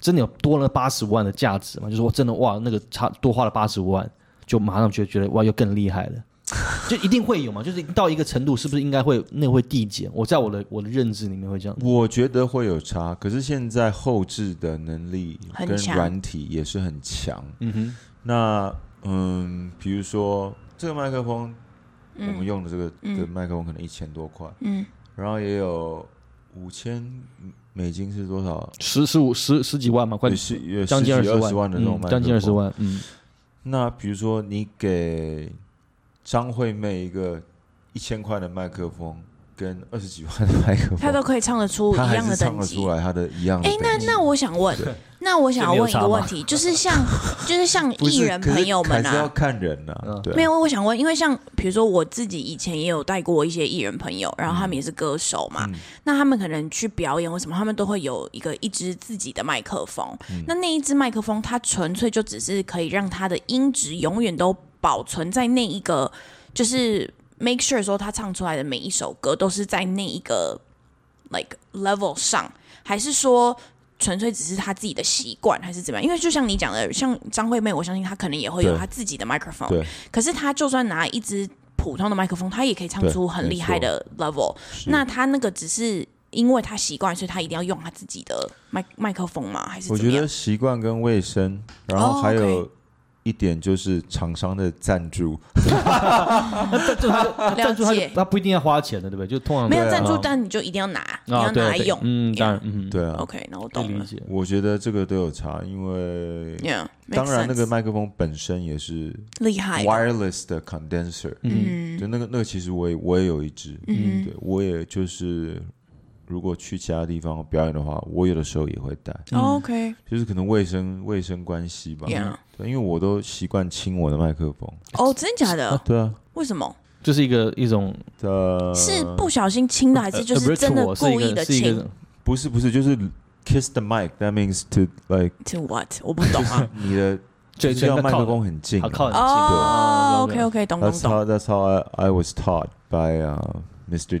A: 真的有多了八十万的价值吗？就是我真的哇，那个差多花了八十万，就马上觉得觉得哇又更厉 害了。就一定会有嘛？就是到一个程度，是不是应该会那会递减？我在我的我的认知里面会这样。
B: 我觉得会有差，可是现在后置的能力
C: 很
B: 跟
C: 强
B: 软体也是很强。
A: 嗯哼，
B: 那嗯，比如说这个麦克风，我们用的这个、的麦克风可能一千多块，
C: 嗯，
B: 然后也有五千美金是多少？
A: 十十五十十几万嘛，快
B: 也是也
A: 将近二
B: 十几
A: 十
B: 20万的那种麦克风，
A: 将近二十。万，嗯。
B: 那比如说你给张惠妹一个一千块的麦克风，跟二十几万的麦克
C: 他
B: 风，
C: 都可以唱得出一
B: 她还
C: 样
B: 是
C: 的
B: 唱
C: 等
B: 得
C: 级
B: 出。来她的一样的
C: 哎
B: 等，级。
C: 那那我想问，那我想要问一个问题，就是像 就是像
B: 不
C: 艺
B: 是
C: 人朋友
B: 可
C: 们
B: 是还是要啊
C: 啊，
B: 看人呐、
A: 嗯
B: 对，
C: 没有，我想问，因为像比如说我自己以前也有带过一些艺人朋友，然后他们也是歌手嘛，
B: 嗯
C: 那他们可能去表演或什么，他们都会有一个一支自己的麦克风。
B: 嗯
C: 那那一支麦克风，它纯粹就只是可以让它的音质永远都保存在那一个，就是 make sure 说他唱出来的每一首歌都是在那一个 like level 上，还是说？纯粹只是他自己的习惯还是怎么样？因为就像你讲的，像张惠妹，我相信她可能也会有
B: 对
C: 她自己的麦克风，
B: 对，
C: 可是他就算拿一支普通的麦克风，他也可以唱
B: 对
C: 出很厉害的 level。
B: 是
C: 那他那个只是因为他习惯，所以他一定要用他自己的麦麦克风吗？还是
B: 我
C: 怎么
B: 觉
C: 样
B: 得？习惯跟卫生，然后
C: 哦
B: 还
C: OK
B: 有一点就是厂商的赞助，
A: 就他赞助他就
C: 了解
A: 他不一定要花钱的，对不对？就通常
C: 没有
B: 对啊
C: 赞助，但你就一定要拿，你
A: 啊，
C: 要
A: 对
C: 拿
A: 啊
C: 来
A: 对
C: 用。
A: 嗯，
C: Yeah
A: 当然，嗯，
B: 对啊，
C: OK，那我
A: 可以
C: 懂
A: 理
C: 了。
A: 解。
B: 我觉得这个都有差，因为
C: Yeah，makes
B: 当然那个
C: sense
B: 麦克风本身也是
C: 厉害。
B: wireless 的 condenser，
C: 嗯
B: 就那个那个其实我也我也有一支，
C: 嗯
B: 对我也就是如果去其他地方表演的话，我有的时候也会带，
C: ，OK，
B: 就是可能卫生卫生关系吧
C: Yeah
B: 对，因为我都习惯亲我的麦克风，
C: 哦，真的假的？
B: 对啊，
C: 为什么？
A: 就是一个一种
B: 呃，
C: 是不小心亲的，还是就
A: a
C: 是
A: ritual，
C: 真的
A: 呃是一
C: 故意
A: 个
C: 的
A: 是一
C: 亲
A: 个
B: 不是不是，就是 kiss the mic，that means to like
C: ？To what？我不懂啊。
B: 你的
A: 嘴
B: 就是
A: 唇
B: 要
A: 要
B: 麦克
A: 靠
B: 风很近啊
A: 好靠很近。
C: 哦
A: 对
C: ，OK OK，懂懂
B: That's
C: 懂。
B: how that's how I I was taught by uh, Mr.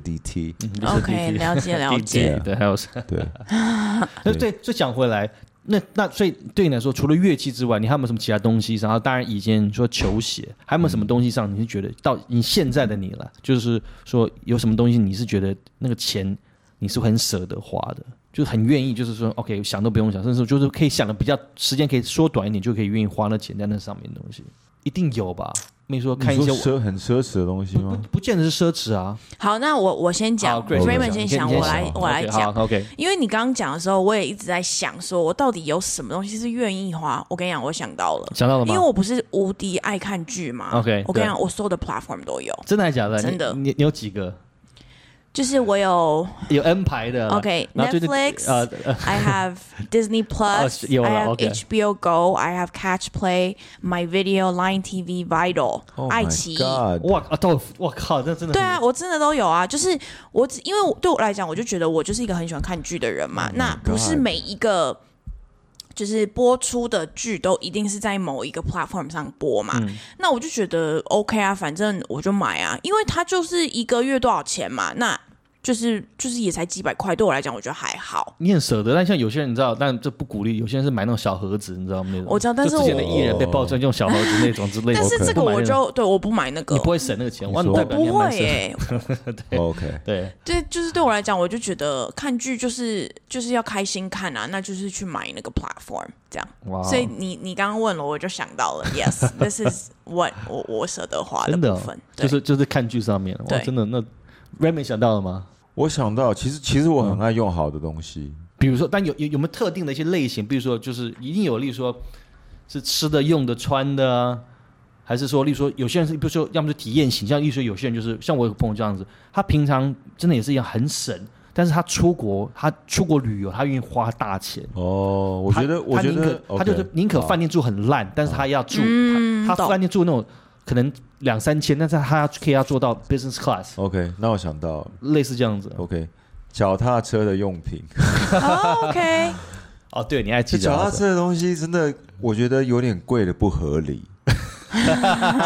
B: DT
A: 嗯就是
C: OK，
A: 弟弟
C: 了解了
A: 弟弟
C: 解。
A: 对，还有
B: 对。
A: 那对，就讲回来，那那所以对你来说，除了乐器之外，你还有没有什么其他东西？然后当然以前你说球鞋，还有没有什
B: 嗯
A: 么东西上你是觉得到你现在的你了，就是说有什么东西你是觉得那个钱你是很舍得花的，就是很愿意，就是说 OK 想都不用想，甚至就是可以想的比较时间可以缩短一点，就可以愿意花那钱在那上面的东西，一定有吧？没说看一
B: 你
A: 些
B: 说奢很奢侈的东西
A: 不
B: 吗？
A: 不见得是奢侈啊。
C: 好，那我我先讲
A: 好 Grace，
C: ，Raymond
A: 你
C: 先
A: 你
C: 想，
A: 你
C: 我来
B: 想
C: 我来
A: OK，
C: 讲。
A: 好 OK，
C: 因为你刚刚讲的时候，我也一直在想，说我到底有什么东西是愿意花？我跟你讲，我想到了，
A: 想到了
C: 因为
A: 吗？
C: 我不是无敌爱看剧嘛。
A: OK，
C: 我跟你讲，我所有的 platform 都有，
A: 真的还假的？你
C: 真的
A: 你你有几个？
C: 就是我有
A: 有 N 排的啦
C: OK
A: 然后最近
C: Netflix
A: 呃呃
C: I have
B: Oh,
C: Disney
A: 是
C: Plus，I
A: 有了
C: have
A: OK
C: HBO Go, I have Catch Play, My Video, Line TV, Vital,
B: Oh
C: 爱
B: my
C: 奇艺。
B: God
A: 哇啊到我靠，那真的
C: 对
A: 很
C: 啊，我真的都有啊。就是我只因为我对我来讲，我就觉得我就是一个很喜欢看剧的人嘛。那不是
B: Oh God
C: 每一个就是播出的剧都一定是在某一个 platform 上播嘛。
B: 嗯
C: 那我就觉得 OK 啊，反正我就买啊，因为它就是一个月多少钱嘛。那就是就是也才几百块，对我来讲我觉得还好。
A: 你很舍得，但像有些人你知道，但这不鼓励。有些人是买那种小盒子，你知道吗？那种
C: 我知道但是
A: 就之前的
B: 我
A: 艺人被爆出来用小盒子那种之类的，
C: 但是这个
A: 不买
C: 我
A: 那种
C: 就对我不买那个，
A: 你不会省那个钱，
B: 你
A: 哇，
B: 说
A: 代
C: 我
A: 表
C: 不
A: 你还
C: 会
A: 蛮省的。
C: 耶、
B: 哦 OK，
A: 对，
C: 对，就是对我来讲，我就觉得看剧就是就是要开心看啊，那就是去买那个 platform 这样。
A: 哇，
C: 所以你你刚刚问了，我就想到了，yes，this is what 我我舍得花
A: 真的
C: 部
A: 哦
C: 分，对
A: 就是就是看剧上面，哇，
C: 对
A: 真的那 Remy 想到了吗？
B: 我想到，其实其实
A: 嗯
B: 我很爱用好的东西，
A: 比如说，但有有有没有特定的一些类型？比如说，就是一定有，例如说是吃的、用的、穿的啊，还是说，例如说有些人是，比如说，要么就体验型，像例如说有些人就是像我有个朋友这样子，他平常真的也是一样很省，但是他出国，他出国旅游，他愿意花大钱。
B: 哦，我觉得，
A: 他他
B: 我觉
A: 宁
B: 得
A: 可，他就是宁可饭店住很烂，但是他要住，他他
C: 懂
A: 饭店住那种可能两三千，但是他要可以要做到 business class，
B: OK，那我想到
A: 类似这样子。
B: OK，脚踏车的用品，
C: 哦 OK，
A: 哦，对，你爱骑
B: 这脚
A: 脚
B: 踏
A: 踏车，
B: 车的东西真的，我觉得有点贵的不合 理。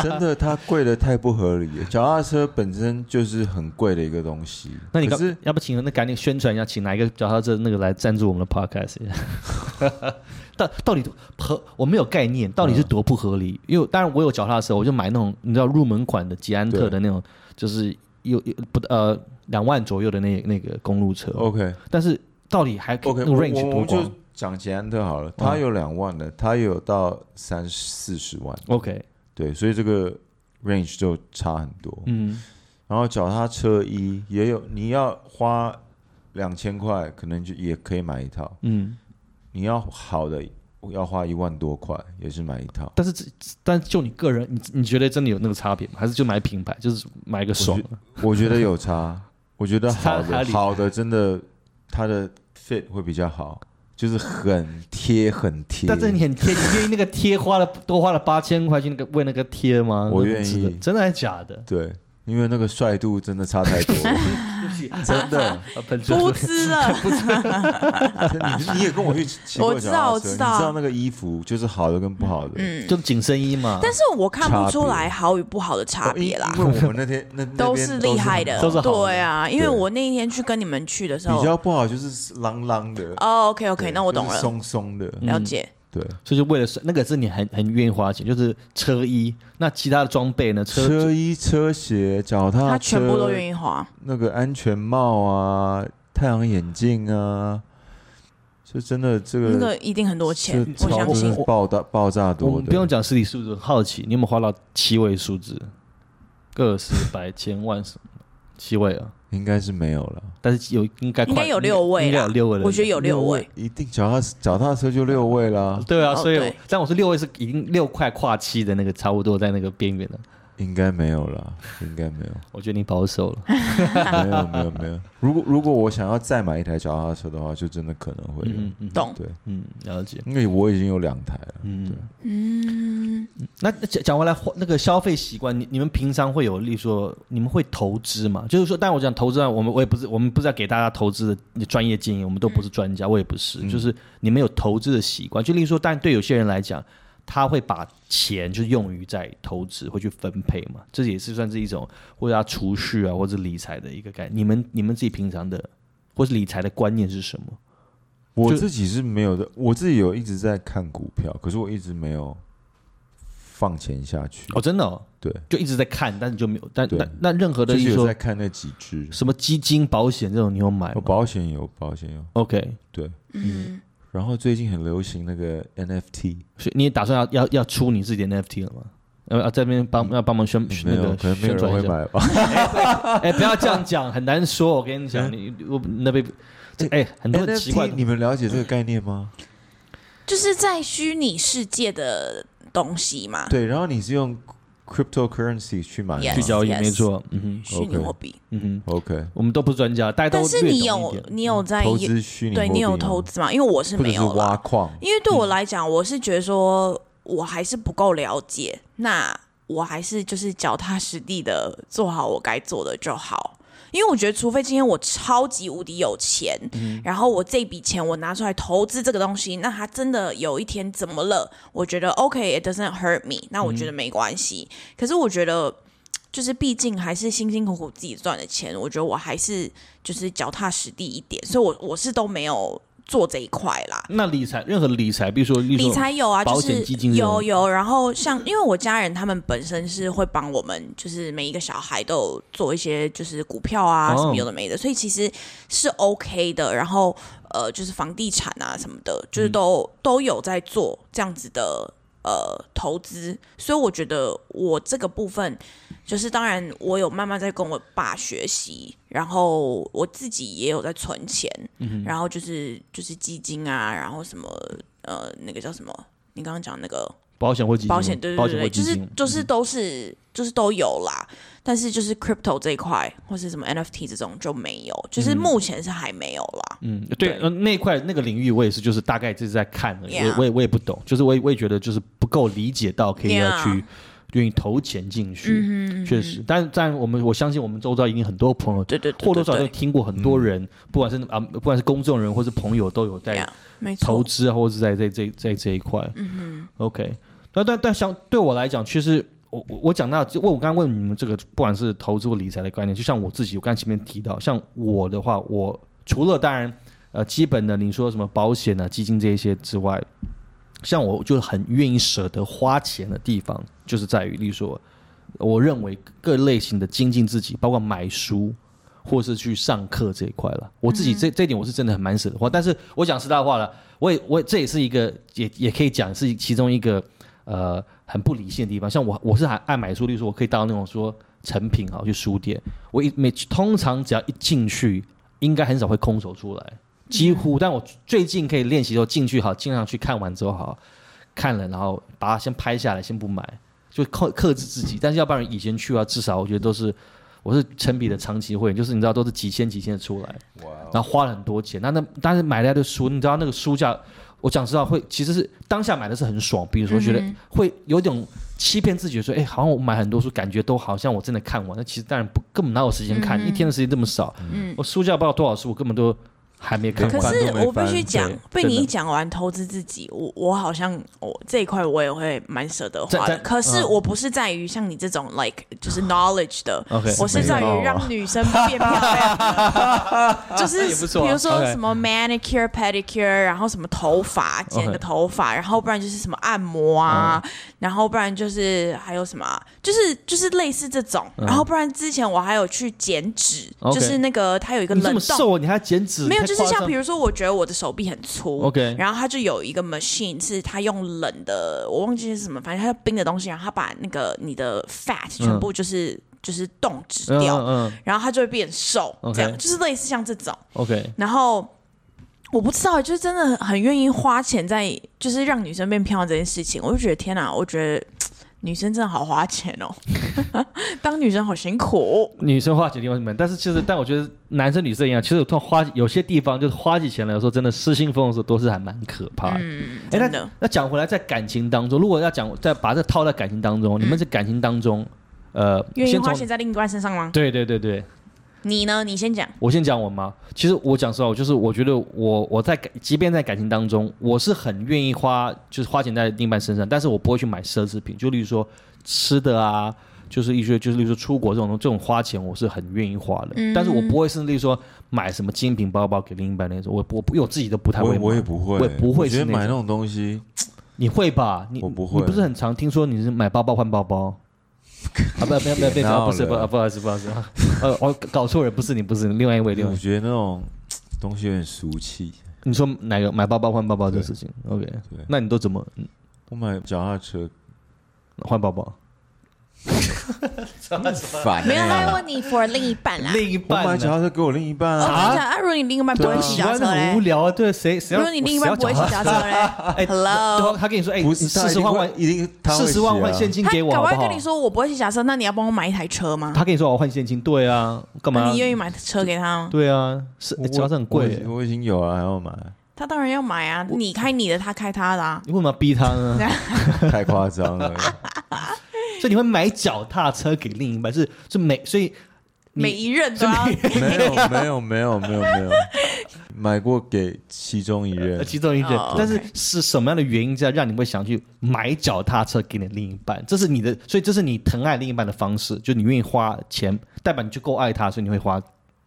B: 真的，它贵的太不合理了。脚踏车本身就是很贵的一个东西，
A: 那你
B: 可
A: 刚
B: 是
A: 要不请那赶紧宣传一下，请哪一个脚踏车那个来赞助我们的 podcast？一下 到到底多合我没有概念，到底
B: 嗯
A: 是多不合理？因为当然我有脚踏车，我就买那种你知道入门款的捷安特
B: 对
A: 的那种，就是有有不呃两万左右的那那个公路车，
B: OK
A: 但是到底还可以
B: 哦 OK，
A: 那个
B: 我
A: range
B: 我
A: 多嗯
B: 们就
A: 广
B: 讲捷安特好了，它有两万的，它有到三四十万，
A: ？OK，
B: 对，所以这个 range 就差很多。
A: 嗯，
B: 然后脚踏车衣也有，你要花两千块，可能就也可以买一套。
A: 嗯，
B: 你要好的要花一万多块，也是买一套。
A: 但是这但就你个人，你你觉得真的有那个差别吗？还是就买品牌，就是买一个爽的？
B: 我觉得有 差，我觉得好
A: 差哪
B: 的
A: 里
B: 好的真的它的 fit 会比较好，就是很贴很贴。
A: 但是你很贴，你愿意那个贴花了多花了八千块去那个为那个贴吗？
B: 我
A: 那
B: 愿意
A: 值得真的还是假的？
B: 对，因为那个帅度真的差太多 了，真的。
A: 啊本身
C: 不知了，
B: 你你也跟我去骑
C: 我
B: 过
C: 知
B: 脚
C: 道
B: 踏
C: 我
B: 车，
C: 知
B: 你知
C: 道
B: 道那个衣服就是好的跟不好的。嗯，
A: 就是紧身衣嘛，
C: 但是我看不出来
B: 差别
C: 好与不好的
A: 哦
C: 差别啦
B: 哦因，为我们那天那那边
C: 都是厉害的，
A: 都是好的
C: 对啊，因为
B: 对
C: 我那一天去跟你们去的时
B: 比
C: 候，
B: 较不好就是啷啷的。
C: 哦，OK OK，
B: 对
C: 那我懂
B: 就是
C: 了，
B: 松松的，
A: 嗯
C: 了解，
B: 对。
A: 所以就为了那个是你很很愿意花钱，就是车衣。那其他的装备呢？车
B: 车衣、车鞋、脚踏车，
C: 他全部都愿意花，
B: 那个安全帽啊、太阳眼镜啊，就真的这个
C: 那个一定很多钱
B: 这，
C: 我
B: 超
C: 相信
B: 真的。爆炸爆炸
A: 我
B: 多
A: 们
B: 的，
A: 不用讲实体数字，很好奇你有没有花到七位数字？个十百千万什么的七位啊？
B: 应该是没有了。
A: 但是有应该快
C: 应该有六位啦
A: 应该有六位了。
C: 我觉得有六位，，
B: 一定脚踏脚踏车就六位啦，
A: 对啊，
C: 哦
A: 所以我
C: 对
A: 但我是六位是已经六块跨七的那个，差不多在那个边缘了。
B: 应该没有了，应该 没有。
A: 我觉得你保守了。
B: 没有没有没有。如果如果我想要再买一台脚踏车的话，就真的可能会有，
A: 嗯嗯
C: 懂
B: 对，
A: 嗯，了解。
B: 因为我已经有两台了。
A: 嗯，
C: 嗯，
A: 那那讲讲回来，花那个消费习惯，你你们平常会有，例如说，你们会投资嘛？就是说，但我讲投资啊，我们我也不是，我们不是要给大家投资的专业建议，我们都不是专家，我也不是，就是你们有投资的习惯。就例如说，但对有些人来讲，他会把钱就用于在投资，会去分配嘛，这也是算是一种或者他储蓄啊，或者理财的一个概念。你们你们自己平常的或是理财的观念是什么？
B: 我
A: 就
B: 自己是没有的，我自己有一直在看股票，可是我一直没有放钱下去。
A: 哦，真的、哦，
B: 对，
A: 就一直在看，但是就没有，但
B: 对
A: 那那任何的
B: 就
A: 例
B: 是
A: 如
B: 有
A: 说
B: 在看那几只，
A: 什么基金、保险这种，你有买
B: 有
A: 吗
B: 保险有保险有，
A: ？OK，
B: 对。
C: 嗯，
B: 然后最近很流行那个 NFT，
A: 所以你也打算要要要出你自己的 NFT 了吗？要要这边帮要帮忙宣宣
B: 嗯没
A: 那
B: 有，
A: 个
B: 可能没
A: 宣
B: 有人
A: 传
B: 会
A: 一下。
B: 买 吧。
A: 哎，不要这样讲，很难说。我跟你讲，你我那边这哎很多很奇怪
B: NFT
A: 的
B: 你们了解这个概念吗？
C: 就是在虚拟世界的东西嘛，
B: 对，然后你是用 cryptocurrency 去买吗
C: Yes
A: 去交易，
C: Yes
A: 没错。嗯哼，
C: 虚拟
B: OK
C: 货币。
A: 嗯哼，
B: OK，
A: 我们都不是专家，大家都
C: 但是
A: 略懂
C: 你
A: 一
C: 有
A: 点
C: 你有在
B: 嗯投资虚拟货
C: 对
B: 币吗，
C: 你有投资吗？因为我是
B: 或者
C: 没
B: 是
C: 有
B: 挖
C: 啦，
B: 矿，
C: 因为对我来讲，我是觉得说我还是不够了解，那我还是就是脚踏实地的做好我该做的就好。因为我觉得，除非今天我超级无敌有钱，然后我这笔钱我拿出来投资这个东西，那它真的有一天怎么了？我觉得 OK，it、doesn't hurt me，那我觉得没关系。可是我觉得，就是毕竟还是辛辛苦苦自己赚的钱，我觉得我还是就是脚踏实地一点，所以我我是都没有做这一块啦。
A: 那理财任何理财，比如说例如说
C: 理财有啊，
A: 保
C: 就
A: 险
C: 是
A: 基金这种
C: 有有，然后像因为我家人他们本身是会帮我们，就是每一个小孩都有做一些就是股票啊、
A: 哦
C: 什么有的没的，所以其实是 OK 的。然后呃，就是房地产啊什么的，就是都、都有在做这样子的呃投资，所以我觉得我这个部分就是当然我有慢慢在跟我爸学习，然后我自己也有在存钱，然后就是就是基金啊，然后什么呃那个叫什么？你刚刚讲那个
A: 保险或基金吗，
C: 保险，对
A: 保
C: 对
A: 险或
C: 对对，
A: 基
C: 就是
A: 金，嗯
C: 就是都是就是都有啦，但是就是 crypto 这一块或是什么 NFT 这种就没有，就是目前是还没有啦。
A: 嗯，对，
C: 对
A: 呃那一块那个领域我也是，就是大概就是在看而已，
C: Yeah
A: 我我也我也不懂，就是我也我也觉得就是不够理解到可以要
C: Yeah 嗯
A: 去愿意投钱进去，确实，但但我们我相信我们周遭一定很多朋友
C: 对对对嗯
A: 或多
C: 对
A: 少都
C: 对
A: 听过很多人，不管是啊不管是公众人或是朋友都有在
C: Yeah，没
A: 投
C: 错，
A: 资啊，或者是在在这在这一块。嗯 OK，那但但像对我来讲，其实我我我讲到，就我我刚刚问你们这个，不管是投资或理财的概念，就像我自己，我刚才前面提到，像我的话，我除了当然呃基本的你说什么保险啊、基金这一些之外，像我就很愿意舍得花钱的地方，就是在于，例如说，我认为各类型的精进自己，包括买书。或是去上课这一块了，我
C: 嗯
A: 自己这这一点我是真的很蛮舍得花，但是我讲实在话了，我也我这也是一个也也可以讲是其中一个呃很不理性的地方。像我我是还爱买书，例如说我可以到那种说成品啊去书店，我一每通常只要一进去，应该很少会空手出来，几乎。但我最近可以练习的时候进去好，尽量去看完之后好看了，然后把它先拍下来，先不买，就克克制自己。但是要不然以前去啊，至少我觉得都是。我是成品的长期会员，就是你知道都是几千几千的出来，
B: 哇，
A: 然后花了很多钱。那那但是买来的书，你知道那个书价，我讲实话会其实是当下买的是很爽，比如说觉
C: 嗯
A: 得会有一种欺骗自己说，哎、好像我买很多书，感觉都好像我真的看完。那其实当然不根本哪有时间
C: 嗯
A: 看，一天的时间这么少，我书架不知道多少书，我根本都还没看
C: 可
A: 完。
B: 翻
C: 是
B: 都没
C: 我必须
B: 翻
C: 讲
A: 对，
C: 被
A: 真
C: 你
A: 的
C: 一讲完投资自己，我我好像我这一块我也会蛮舍得花
A: 在
C: 的。
A: 在
C: 可
A: 嗯
C: 是
A: 啊
C: 我不是在于像你这种 like 就是 knowledge 的
A: OK
C: 我是在
A: 哦
C: 于让女生变漂 亮的，就
A: 也
C: 是
A: 不错
C: 比如说
A: OK
C: 什么 manicure pedicure，然后什么头发剪个
A: OK 嗯
C: 头发，然后不然就是什么按摩啊，然后不然就是还有什么啊，就是就是类似这种，然后不然之前我还有去减脂，
A: 嗯 OK
C: 就是那个它有一个
A: 你这
C: 冷
A: 么
C: 冻。
A: 瘦，你还减脂？
C: 没有，
A: 太
C: 就是
A: 夸
C: 像
A: 张
C: 比如说，我觉得我的手臂很粗
A: OK
C: 然后它就有一个 machine 是它用冷的，我忘记是什么，反正它就冰的东西，然后它把那个你的 fat 全部就是、就是冻止
A: 嗯
C: 掉，
A: 嗯嗯
C: 然后它就会变瘦
A: OK
C: 这样就是类似像这种，
A: ，OK，
C: 然后。我不知道，就是真的很很愿意花钱在，就是让女生变漂亮这件事情，我就觉得天哪，我觉得女生真的好花钱哦， 当女生好辛苦。
A: 女生花钱的地方是门，但是其实，但我觉得男生女生一样，其实突然花有些地方就是花起钱来说，真的失心疯的时候都是还蛮可怕的。嗯，
C: 真
A: 那
C: 的
A: 那讲回来，在感情当中，如果要讲再把这套在感情当中，你们在感情当中，呃，
C: 愿意
A: 先
C: 花
A: 从
C: 钱在另一半身上吗？
A: 对对对对，
C: 你呢？你先讲。
A: 我先讲我妈。其实我讲实话，我就是我觉得我我在感即便在感情当中，我是很愿意花就是花钱在另一半身上，但是我不会去买奢侈品，就例如说吃的啊，就是一些就是例如说出国这种这种花钱，我是很愿意花的。但是我不会是例如说买什么精品包包给另一半那种，我我因为我自己都不太
B: 我
A: 会
B: 也
A: 买。
B: 我也不会，
A: 我也不会
B: 我
A: 是
B: 觉得
A: 那种
B: 买那种东西，
A: 你会吧？你
B: 我不会
A: 你不是很常听说你是买包包换包包？啊不不不不
B: 闹
A: 不不是
B: 了
A: 不啊不好意思不好意思，啊呃我搞错人不是你不是你另外一位另外一位
B: 我觉得那种东西有点俗气。
A: 你说哪个买包包换包包这个事情？OK，
B: 对
A: 那你都怎么嗯
B: 我买脚踏 车
A: 换包包？
B: 烦、欸，
C: 没有，他在 问你 for 另一半啦。
A: 另一
B: 我买
A: 半
B: 脚
A: 呢
B: 踏车给我另一半
C: 哦，
B: 啊，
C: 我想啊，如果你另一半不会骑
A: 喜
C: 脚踏
A: 欢
C: 车
A: 很无
C: 嘞，
A: 聊啊，对，谁谁
C: 如
A: 要？
C: 果你另一半不会骑
A: 谁要
C: 脚踏车 嘞
A: 哎
C: ，Hello，
A: 他他跟你说，哎，
B: 不是
A: 四十万块，
B: 一定他会
A: 四十万
B: 写啊
A: 块现金
C: 他
A: 给我
C: 搞
A: 好
C: 不
A: 不
C: 好
A: 好
C: 跟你？说我不会骑脚踏车，那你要帮我买一台车吗？
A: 他跟你说我哦换现金，对啊，干
C: 那
A: 嘛
C: 你？愿意买车给他吗？
A: 对啊，是哎
B: 我
A: 脚踏车很贵
B: 我已
A: 耶，
B: 我已经有了，还要买，
C: 他当然要买啊，你开你的，他开他的啊。
A: 你为什么要逼他呢？
B: 太夸张了。
A: 所以你会买脚踏车给另一半，是是每所以你
C: 每一任都要
B: 没有没有没有没有没有，买过给其中一
A: 呃
B: 任，
A: 其中一人
C: 哦
A: 但是
C: OK
A: 是什么样的原因在让你会想去买脚踏车给你的另一半？这是你的，所以这是你疼爱另一半的方式，就你愿意花钱，代表你就够爱他，所以你会花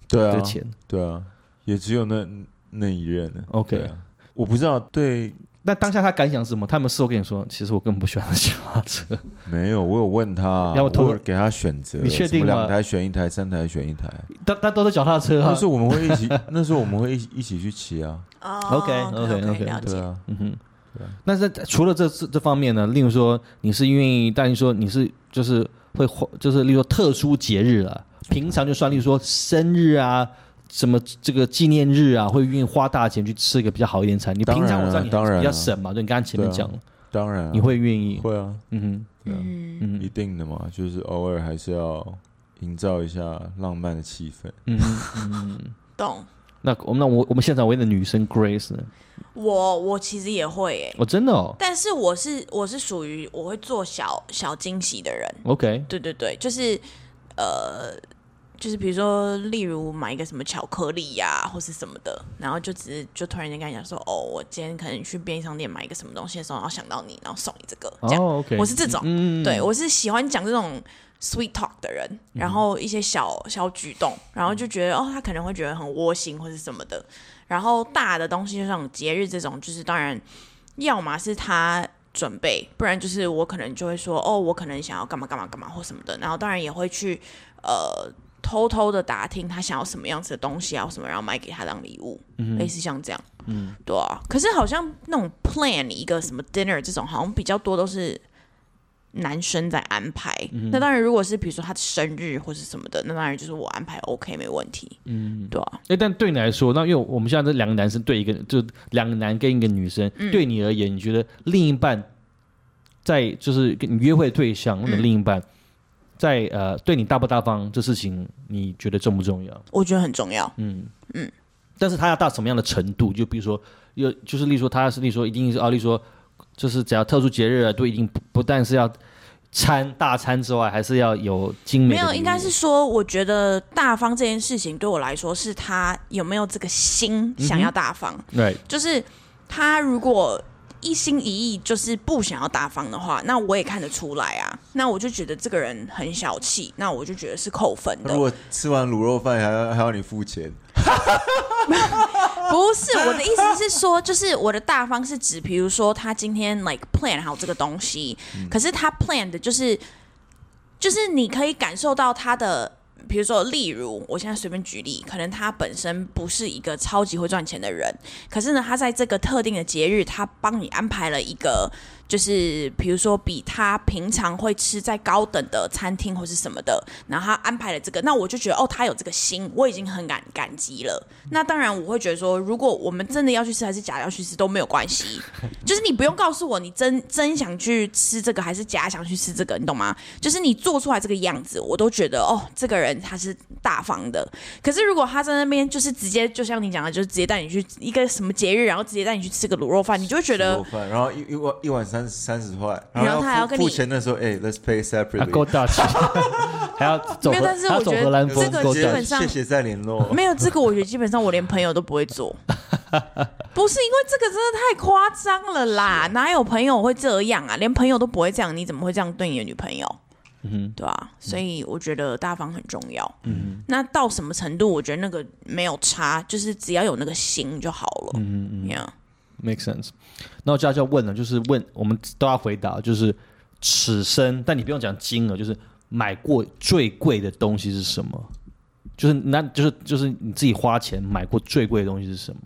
B: 对
A: 这
B: 啊
A: 个，钱。
B: 对啊，也只有那那一任了。
A: OK
B: 对啊我不知道对
A: 那当下他感想是什么？他们事后跟你说，其实我根本不喜欢脚踏车。
B: 没有，我有问他，
A: 要不偷
B: 我有给他选择，
A: 你确定
B: 什么
A: 吗
B: 两台选一台，三台选一台。
A: 但但都是脚踏车
B: 那
A: 啊
B: 时。候我们会 一起，那时候我们会一起一起去骑啊，
C: 哦
A: OK，OK，OK，
C: 了解
B: 对。啊，
A: 嗯哼。那在除了这这这方面呢，例如说你是愿意，但是说你是就是会花，就是例如说特殊节日啊，平常就算例如说生日啊，什么这个纪念日啊，会愿意花大钱去吃一个比较好一点的餐。你
B: 当
A: 平
B: 然
A: 常我知道
B: 啊
A: 你
B: 当然啊
A: 比较省嘛，就你刚刚前面讲了，
B: 当然啊
A: 你会愿意，
B: 会啊，
A: 嗯
B: 对啊，
C: 嗯，
A: 哼，
B: 一
A: 嗯
B: 定的嘛，就是偶尔还是要营造一下浪漫的气氛。
A: 嗯嗯。
C: 懂。
A: 那我那我我们现场唯一的女生 Grace 呢？
C: 我我其实也会诶、
A: 哦，真的哦
C: 但是我是我是属于我会做小小惊喜的人。
A: ，OK，
C: 对对对，就是呃，就是比如说，例如买一个什么巧克力呀、或是什么的，然后就只是就突然间跟你讲说，哦，我今天可能去便利商店买一个什么东西的时候，然后想到你，然后送你这个，这样。
A: 哦，OK，
C: 我是这种，
A: 嗯，嗯
C: 对，我是喜欢讲这种 sweet talk 的人，然后一些小小举动，然后就觉得哦，他可能会觉得很窝心或是什么的。然后大的东西，就像节日这种，就是当然，要么是他准备，不然就是我可能就会说哦，我可能想要干嘛干嘛干嘛或什么的。然后当然也会去呃偷偷的打听他想要什么样子的东西啊或什么，然后买给他当礼物，类似像这样。嗯，对啊。可是好像那种 plan 一个什么 dinner 这种，好像比较多都是男生在安排。那当然，如果是比如说他的生日或是什么的，那当然就是我安排 OK 没问题。嗯，对啊，
A: 哎，但对你来说，那因为我们现在这两个男生对一个，就两个男跟一个女生，
C: 嗯
A: 对你而言，你觉得另一半在就是跟你约会的对象，或
C: 嗯
A: 者另一半在呃对你大不大方这事情，你觉得重不重要？
C: 我觉得很重要。
A: 但是他要到什么样的程度？就比如说，有就是例如说，他是例如说一定是啊，例如说，就是只要特殊节日啊，都一定不不但是要餐大餐之外，还是要有精美
C: 没
A: 的
C: 有，
A: 礼
C: 应该
A: 物
C: 是说，我觉得大方这件事情对我来说，是他有没有这个心想要大方。
A: 对
C: 就是他如果一心一意就是不想要大方的话，那我也看得出来啊。那我就觉得这个人很小气，那我就觉得是扣分的
B: 如。果吃完卤肉饭还要还要你付钱，
C: 不是我的意思是说，就是我的大方是指，比如说他今天 like plan 好这个东西，可是他 plan 的就是，就是你可以感受到他的。比如说，例如，我现在随便举例，可能他本身不是一个超级会赚钱的人，可是呢，他在这个特定的节日，他帮你安排了一个，就是比如说比他平常会吃在高等的餐厅或是什么的，然后他安排了这个，那我就觉得哦，他有这个心，我已经很感感激了。那当然，我会觉得说，如果我们真的要去吃还是假的要去吃都没有关系，就是你不用告诉我你真真想去吃这个还是假想去吃这个，你懂吗？就是你做出来这个样子，我都觉得哦，这个人他是大方的。可是如果他在那边就是直接，就像你讲的，就是直接带你去一个什么节日，然后直接带你去吃个卤肉饭，你就会觉
B: 卤
C: 得
B: 肉饭，然后一一碗一碗三三十块，
C: 然后他还要
B: 付
C: 跟你
B: 付钱的时候，哎，let's pay
A: 啊
B: separately，
A: ，Go Dutch，还要走
C: 没有
A: 荷
C: 但是
A: 还要
C: 我
A: 走
C: 觉得
A: 荷兰
B: 就
A: 风
C: 这个
A: ，Go
B: 直
C: 基
A: Dutch
B: 接
C: 本上
B: 谢谢再联 络。
C: 没有这个，我觉得基本上我连朋友都不会 做。不是因为这个真的太夸张了啦，哪有朋友会这样啊？连朋友都不会这样，你怎么会这样对你的女朋友？嗯，对啊，所以我觉得大方很重要。嗯，那到什么程度，我觉得那个没有差，就是只要有那个心就好了。嗯嗯，Yeah，
A: make sense。那我就要就要问了，就是问我们都要回答，就是此生，但你不用讲金额，就是买过最贵的东西是什么？就是那就是就是你自己花钱买过最贵的东西是什么？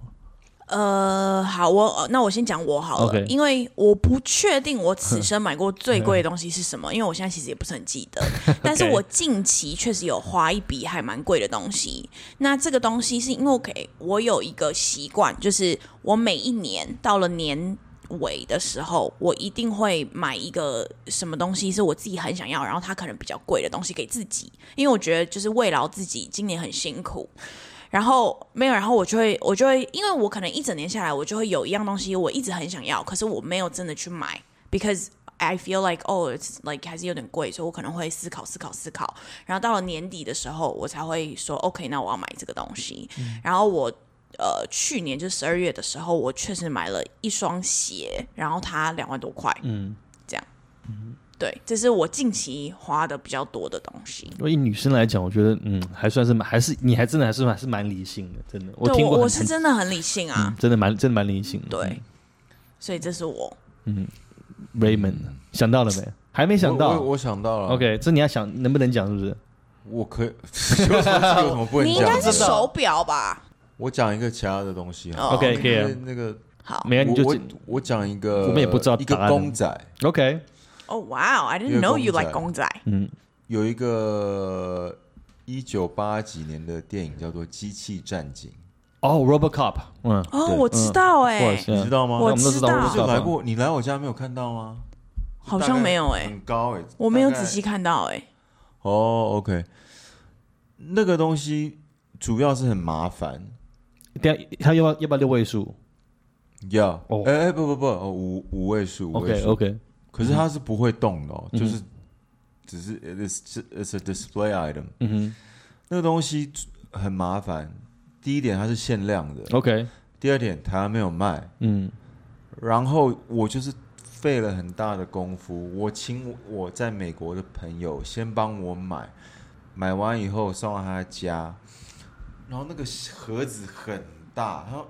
C: 呃，好，我呃那我先讲我好了
A: OK
C: 因为我不确定我此生买过最贵的东西是什么，因为我现在其实也不是很记得， 但是我近期确实有花一笔还蛮贵的东西。那这个东西是因为 OK，我有一个习惯，就是我每一年到了年。尾的时候，我一定会买一个什么东西是我自己很想要，然后它可能比较贵的东西给自己，因为我觉得就是慰劳自己今年很辛苦，然后没有，然后我就会，我就会，因为我可能一整年下来，我就会有一样东西我一直很想要，可是我没有真的去买，because I feel like oh it's like 还是有点贵，所以我可能会思考思考思考，
A: 嗯
C: 然后到了年底的时候，我才会说 OK，那我要买这个东西。然后我呃去年就十二月的时候，我确实买了一双鞋，然后它两万多块，
A: 嗯，
C: 这样，对，这是我近期花的比较多的东西。
A: 因为以女生来讲，我觉得嗯，还算是蛮，还是你还真的还是还是蛮理性的，真的。我
C: 对
A: 听过
C: 我
A: 很
C: 我是真的很理性啊，
A: 嗯真的蛮真的蛮理性的。
C: 对，所以这是我。
A: 嗯，Raymond 想到了没？还没想
B: 我
A: 到
B: 我。我想到了
A: OK，这你要想能不能讲是不是？
B: 我可以 有什么有什么不能
C: 你应
B: 讲
C: 该是
B: 的？
C: 手表吧？
B: 我讲一个其他的东西啊。
C: 哦
A: OK，可以啊
B: 因为那个
C: 好，
A: 没有你
B: 我
A: 就
B: 我
A: 进
B: 我讲一个，
A: 我们也不知道
B: 一个
A: 答案
B: 公仔，
A: OK，
C: 哦，哇哦，I
B: 因为
C: didn't know you
B: 公仔
C: like 公仔。
A: 嗯，
B: 有一个一九八几年的电影叫做《机器战警
A: 哦，RoboCop，嗯，
C: 哦，
B: 对
C: 我知道
A: 或者
C: 哎，
A: 是》，
B: 你知道吗？
A: 那
C: 我
A: 们都
C: 知
A: 知道
C: 道
A: RoboCop
B: 不是来过，你来我家没有看到吗？
C: 好像没有哎，
B: 很高哎，
C: 我没有
B: 大概
C: 仔细看到哎。
B: 哦，OK，那个东西主要是很麻烦，
A: 等下他要不要要不要六位数
B: 要
A: 哦
B: 哎哎不不不，哦五五位数，五位
A: ？OK
B: 数。
A: OK，
B: 可是它是不会动的、哦，就是只是 it's it's a display item，
A: 嗯
B: 那个东西很麻烦。第一点，它是限量的；
A: 哼，OK，
B: 第二点，台湾没有卖。
A: 嗯，
B: 然后我就是费了很大的功夫，我请我在美国的朋友先帮我买，买完以后送到他家，然后那个盒子很大，然后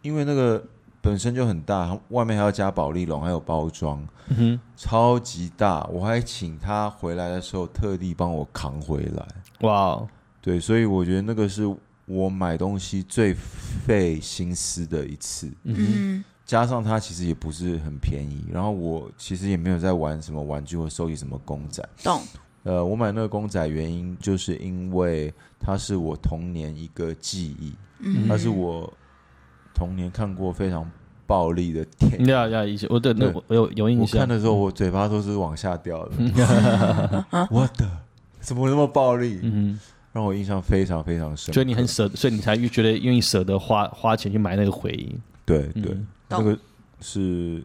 B: 因为那个本身就很大，外面还要加保丽龙，还有包装，
A: 哼
B: 超级大。我还请他回来的时候特地帮我扛回来，
A: 哇哦，
B: 对，所以我觉得那个是我买东西最费心思的一次。
C: 嗯，
B: 加上它其实也不是很便宜，然后我其实也没有在玩什么玩具或收集什么公仔。
C: 懂。
B: 呃，我买那个公仔原因就是因为它是我童年一个记忆，
C: 嗯
B: 它是我童年看过非常暴力的电影。
A: 要要一些，我对那
B: 对
A: 我我有有嗯印
B: 我看
A: 象，嗯
B: 的时候，我嘴巴都是往下掉的。
C: 啊
B: 我的怎么那么暴力？
A: 嗯
B: 让我印象非常非常
A: 哼，
B: 深刻。
A: 所以你很舍，所以你才觉得愿意舍得花花钱去买那个回忆。
B: 对对
A: 嗯，
B: 那个是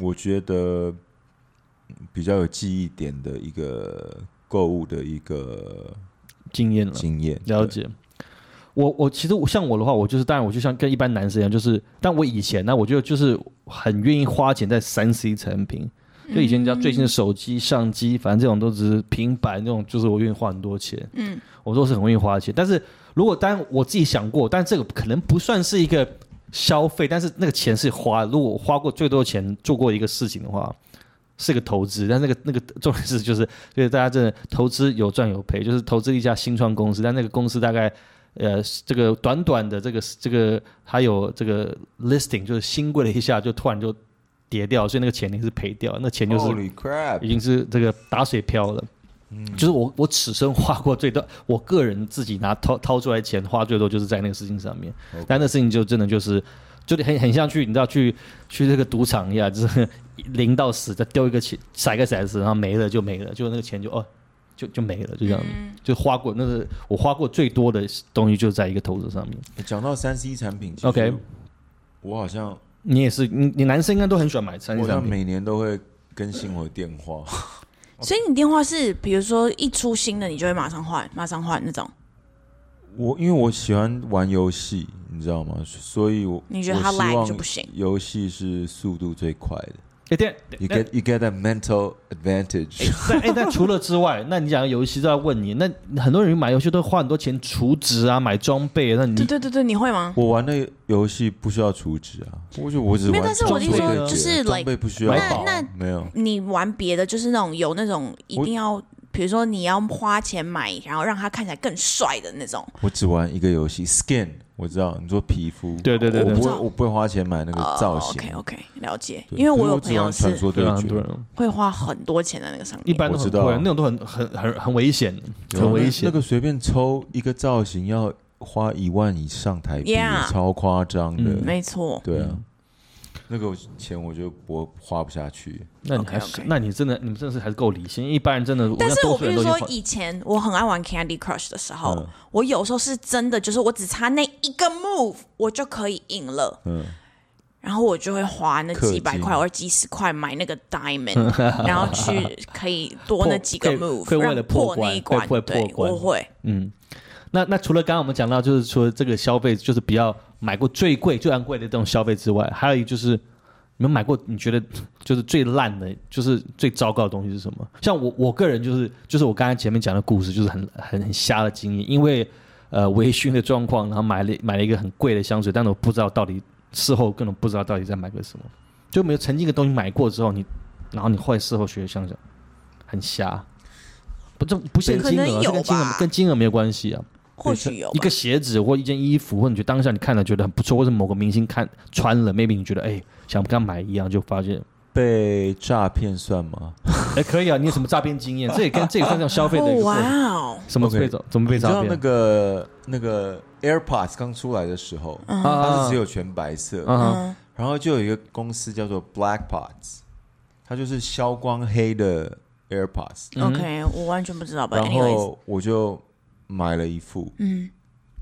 B: 我觉得比较有记忆点的一个购物的一个
A: 经验了，
B: 经验。
A: 了
B: 对，
A: 解。我我其实我像我的话，我就是当然我就像跟一般男生一样，就是但我以前呢，我觉得就是很愿意花钱在三 C 产品，就以前人家最新的手机、相机，反正这种都只是平板那种，就是我愿意花很多钱。
C: 嗯，
A: 我都是很愿意花钱，但是如果当然我自己想过，但这个可能不算是一个消费，但是那个钱是花。如果我花过最多的钱做过一个事情的话，是个投资，但那个那个重点是就是，就是大家真的投资有赚有赔，就是投资一家新创公司，但那个公司大概呃这个短短的这个这个还有这个 listing 就是新贵了一下就突然就跌掉，所以那个钱你是赔掉，那钱就是
B: Holy crap！
A: 已经是这个打水漂了。
B: 嗯
A: 就是我我此生花过最多，我个人自己拿掏掏出来钱花最多就是在那个事情上面。但那事情就真的就是，就很很像去你知道去去这个赌场一样，就是零到十再丢一个钱，骰个骰子，然后没了就没了，就那个钱就哦就就没了，就这样，就花过那个我花过最多的东西就是在一个投资上面。
B: 诶讲到三 C 产品其实
A: OK
B: 我好像
A: 你也是，你你男生应该都很喜欢买
B: 我
A: 三
B: 好
A: C 产
B: 像
A: 品，
B: 每年都会更新我的电话。
C: 所以你电话是，比如说一出新的，你就会马上换，马上换那种。
B: 我因为我喜欢玩游戏，你知道吗？所以我
C: 你觉得
B: 我
C: 它
B: 希
C: lag
B: 望
C: 就不行
B: 游戏是速度最快的。
A: 哎，对，
B: You get you get a mental advantage。
A: 但哎，但除了之外，那你讲游戏都要问你，那很多人买游戏都花很多钱储值啊，买装备，那
C: 对
A: 你
C: 对对对，你会吗？
B: 我玩的游戏不需要储值啊，我就我只玩
C: 没有但是我
B: 装
C: 的
B: 备
C: 意思
B: 而已啊。
A: 说就是
B: 装
C: like-
B: 备不需要
A: 那
B: 保
C: 那
B: 没有，
C: 你玩别的就是那种有那种一定要，比如说你要花钱买，然后让它看起来更帅的那种。
B: 我只玩一个游戏 skin，我知道你说皮肤，
A: 对对对
B: 我
A: 对
B: 不
C: 知
B: 会
C: 道
B: 我不会花钱买那个造型
C: OK OK，了解。
B: 哦对
C: 哦因为
B: 可是我
C: 有朋
B: 只
C: 友
B: 玩传
C: 是
B: 说对
A: 对啊，很多
B: 决，
A: 人
C: 会花很多钱在那个上面。
A: 一般都
B: 我
A: 很
B: 知道
A: 贵，那种都很很很很危险，很
B: 然后那
A: 危险。
B: 啊那个随便抽一个造型要花一万以上台币
C: Yeah
B: 超夸张的，
A: 嗯
C: 没错，
B: 对啊，那个钱我就不花不下去。
A: 那你还
C: OK，OK
A: 那你真的你们真的是还是够理性，一般人真的，
C: 但
A: 人
C: 是
A: 家
C: 我
A: 多
C: 比
A: 数人
C: 如
A: 都已经
C: 说
A: 花
C: 以前我很爱玩 Candy Crush 的时候，
B: 嗯
C: 我有时候是真的就是我只差那一个 move 我就可以赢了，
B: 嗯，
C: 然后我就会花那
B: 氪金
C: 几百块或者几十块买那个 diamond，然后去可以多那几个
A: 破
C: move，
A: 会会为了
C: 让
A: 破
C: 破那一
A: 关会
C: 关，
A: 会破
C: 对，
A: 关
C: 我会。
A: 嗯，那那除了刚刚我们讲到，就是除了这个消费，就是比较买过最贵、最昂贵的这种消费之外，还有一个就是你们买过你觉得就是最烂的，就是最糟糕的东西是什么？像我我个人就是就是我刚才前面讲的故事，就是很很很瞎的经验，因为呃微醺的状况，然后买了买了一个很贵的香水，但是我不知道到底事后根本不知道到底在买个什么，就没有曾经一个东西买过之后，你然后你后来事后学想想，很瞎。不，这不限
C: 可
A: 金
C: 能
A: 额啊，这
C: 有
A: 跟金额
C: 吧
A: 跟金额没有关系啊。
C: 或许有
A: 一
C: 吧
A: 个鞋子或一件衣服，或者你觉得当下你看了觉得很不错，或者某个明星看穿了，maybe 你觉得哎、想跟他买一样，就发现
B: 被诈骗算吗？
A: 哎、可以啊，你有什么诈骗经验？这也 跟这也算这种消费的一
C: 哦
A: 个过
C: 哇
A: 程
C: 哦，
A: 什么
B: OK
A: 被怎么被
B: 你知
A: 诈
B: 道
A: 骗？
B: 那个那个 AirPods 刚出来的时候，它是只有全白色，
A: 啊
C: 嗯，
B: 然后就有一个公司叫做 BlackPods，它就是消光黑的 AirPods，
A: 嗯
C: OK，我完全不知道吧
B: 然
C: 嗯？Anyways，嗯
B: 后我就买了一副，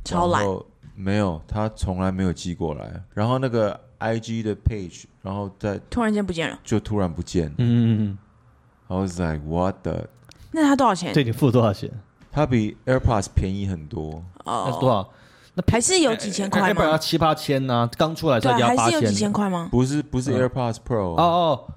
C: 超懒
B: 然，后没有，他从来没有寄过来。然后那个 IG 的 page，然后在
C: 突然间不见了。
B: 就突然不见。
A: 嗯嗯嗯，
B: I was like what the？
C: 那它多少钱
A: 嗯，？对你付了多少钱？
B: 它比 AirPods 便宜很多，
A: 那是多少？
C: 还是有几千块
A: 要不然要
C: 哦吗？
A: 七八千呢、刚出来的时
C: 对
A: 候
C: 啊，
A: 要
C: 还
A: 八
C: 是有几千
A: 千。
C: 块吗？
B: 不是不是 AirPods
A: 哦
B: Pro，啊
A: 哦，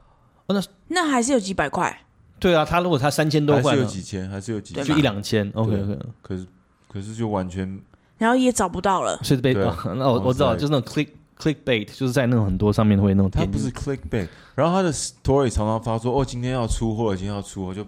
C: 那还是有几百块。
A: 对啊，他如果他三千多
B: 还
A: 块
B: 是有
A: 呢，
B: 几千，还是有几
C: 对
A: 就
B: 千
A: 一。两千。OK OK，
B: 可是可是就完全
C: 然后也找不到 了，
A: 所以被、
B: 对啊
A: 哦那我我知道，
B: 我知道
A: 就是那种 click clickbait，就是在那种很多上面会有那种
B: 它
A: 便宜
B: 不是 clickbait，然后它的 story 常常发说哦今天要出货，今天要出货，就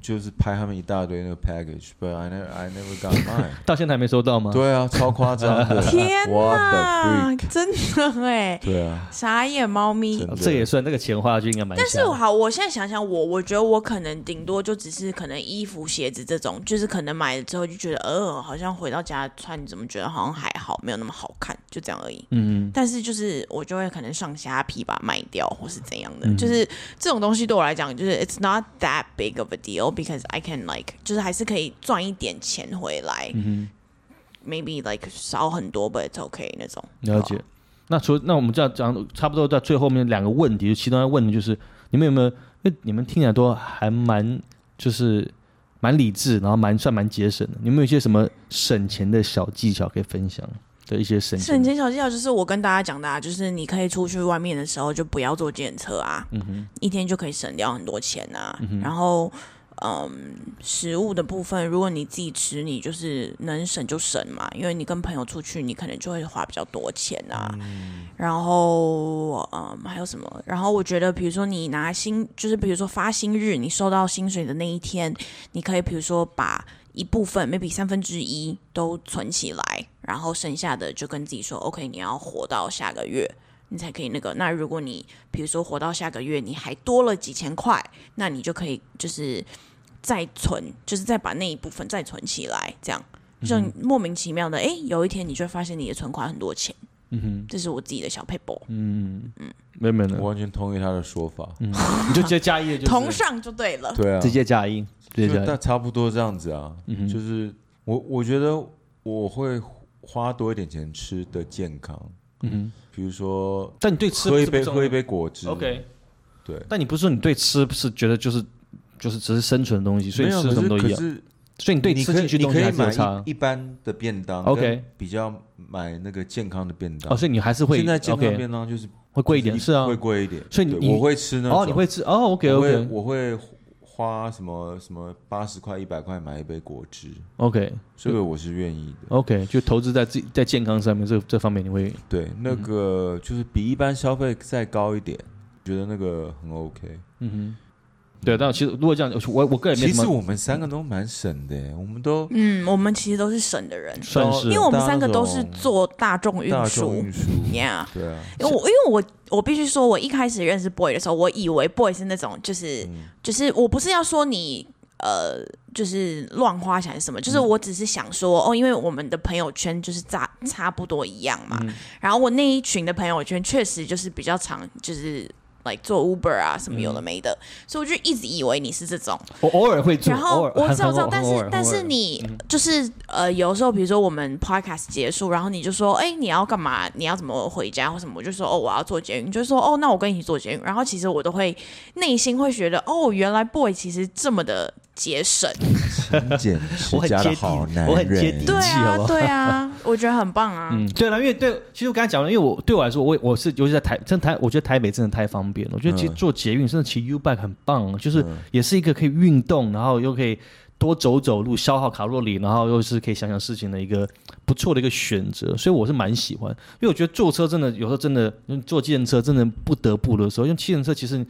B: 就是拍他们一大堆那个 package，but I never I never got mine。
A: 到现在还没收到吗？
B: 对啊，超夸张的，
C: 天
B: 我的
C: 哪，真的哎，
B: 对啊，
C: 傻眼猫咪
B: 真。的
A: 哦这也算那个钱花下去应该蛮。
C: 但是我好，我现在想想我，我觉得我可能顶多就只是可能衣服、鞋子这种，就是可能买了之后就觉得，呃，好像回到家穿，怎么觉得好像还好，没有那么好看，就这样而已。
A: 嗯。
C: 但是就是我就会可能上下皮把它卖掉或是怎样的，
A: 嗯
C: 就是这种东西对我来讲，就是 it's not that big of a deal because I can like 就是还是可以赚一点钱回来、m a y b e like 少很多，but it's okay 那种。
A: 了解。那除那我们就要讲，差不多在最后面两个问题，就其中一个问题就是你们有没有？因为你们听起来都还蛮就是蛮理智，然后蛮算蛮节省的。你们有一些什么省钱的小技巧可以分享的一些省钱？
C: 省钱小技巧就是我跟大家讲的、啊，就是你可以出去外面的时候就不要坐检车啊，一天就可以省掉很多钱啊。然后，嗯，食物的部分，如果你自己吃，你就是能省就省嘛，因为你跟朋友出去，你可能就会花比较多钱啊。然后，嗯，还有什么？然后我觉得，比如说你拿薪，就是比如说发薪日，你收到薪水的那一天，你可以比如说把一部分，maybe 三分之一都存起来，然后剩下的就跟自己说，OK，你要活到下个月，你才可以那个。那如果你比如说活到下个月，你还多了几千块，那你就可以就是再存，就是再把那一部分再存起来，这样就莫名其妙的，哎，有一天你就会发现你的存款很多钱。嗯哼，这是我自己的小 paper，、
A: 没有没有没
B: 我
A: 有，
B: 完全同意他的说法，
A: 你就直接加一，就是
C: 同上就对了。
B: 对啊，
A: 嗯 直接加一，直接嗯
B: 就
A: 加
B: 但
A: 一。
B: 差不多这样子啊，就是我我觉得我会花多一点钱吃的健康，
A: 嗯
B: 比如说
A: 但你对吃
B: 喝一
A: 是不
B: 杯
A: 重
B: 喝一
A: 要
B: 杯果汁
A: ，OK。
B: 对，
A: 但你不是说你对吃是觉得就是就是只是生存的东西，所以
B: 没
A: 你
B: 有
A: 吃什么都
B: 可
A: 一样
B: 是可。是
A: 所以你对
B: 你
A: 吃
B: 可
A: 进
B: 以
A: 去的
B: 你
A: 东西
B: 可以
A: 还是有
B: 买
A: 差
B: 一一般的便当
A: OK
B: 跟比较买那个健康的便当
A: 哦，，所以你还是会
B: 现在健康
A: OK
B: 便当就是
A: 会贵一点，是啊
B: 会。贵一点，
A: 所以你
B: 对
A: 你
B: 我会吃那
A: 哦，
B: 种
A: 你会吃哦，OK
B: 我会
A: OK
B: 我会花什么什么八十块一百块买一杯果汁，
A: OK
B: 这个我是愿意的。
A: OK，就投资在自己在健康上面这这方面，你会
B: 对，那个就是比一般消费再高一点，觉得那个很 OK。
A: 嗯哼，对。但其实如果这样，我我个人没
B: 其
A: 什
B: 实
A: 么
B: 我们三个都蛮省的耶，我们都
C: 嗯，我们其实都是省的人，
A: 算是
C: 因为我们三个都
B: 搭
C: 是
B: 那种
C: 做大众运
B: 大众
C: 输
B: 运输，
C: ，Yeah。
B: 对啊，
C: 因为我因为我我必须说，我一开始认识 boy 的时候，我以为 boy 是那种就是、就是我不是要说你呃就是乱花钱还是什么，就是我只是想说哦，因为我们的朋友圈就是差差不多一样嘛，然后我那一群的朋友圈确实就是比较长，就是。like 做 Uber 啊，什么有的没的，所以我就一直以为你是这种，
A: 我偶尔会做，
C: 然后
A: 偶尔
C: 我
A: 很
C: 知道
A: 很
C: 知 道，
A: 偶
C: 但
A: 很偶尔
C: 是但
A: 很偶
C: 是
A: 尔嗯
C: 你就是呃，有时候比如说我们 podcast 结束，然后你就说，哎，你要干嘛？你要怎么回家或什么？我就说，哦，我要做捷运。你就说，哦，那我跟你一起做捷运。然后其实我都会内心会觉得，哦，原来 boy 其实这么的节省。
B: 勤俭持
A: 我很
B: 家
A: 接
B: 的
A: 地
B: 好男人，
A: 我很接地
C: 对
A: 气好
C: 啊
A: 不，好
C: 对啊，我觉得很棒啊。
A: 嗯，对了，因为对，其实我刚才讲了，因为我对我来说，我也我是尤其在台，真的台，我觉得台北真的太方便了。我觉得其实
B: 嗯
A: 坐捷运，真的骑 U bike 很棒，啊就是也是一个可以运动，然后又可以多走走路，消耗卡路里，然后又是可以想想事情的一个不错的一个选择。所以我是蛮喜欢，因为我觉得坐车真的有时候真的嗯坐计程车真的不得不的时候，因为计程车其实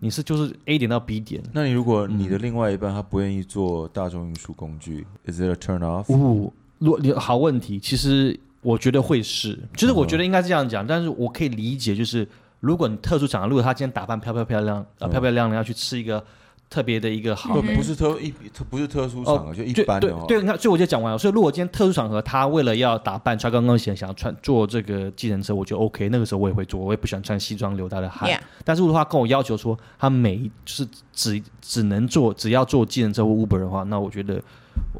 A: 你是就是 A 点到 B 点，
B: 那你如果你的另外一半他不愿意坐大众运输工具，is it a turn off？
A: 哦，如果你好问题，其实我觉得会是，就是我觉得应该是这样讲，但是我可以理解，就是如果你特殊场合，如果他今天打扮漂漂漂亮，呃，
B: 嗯
A: 漂漂亮亮要去吃一个特别的一个好
B: 不，不是特一特不是特殊场合，就一
A: 就
B: 般
A: 嗯对
B: 的哦。
A: 对，那所以我就讲完了。所以如果今天特殊场合，他为了要打扮穿高跟鞋，想要穿坐这个计程车，我就 OK。那个时候我也会坐，我也不喜欢穿西装流大的汗。
C: Yeah
A: 但是如果他跟我要求说他每一就是只只能坐只要坐计程车或 Uber 的话，那我觉得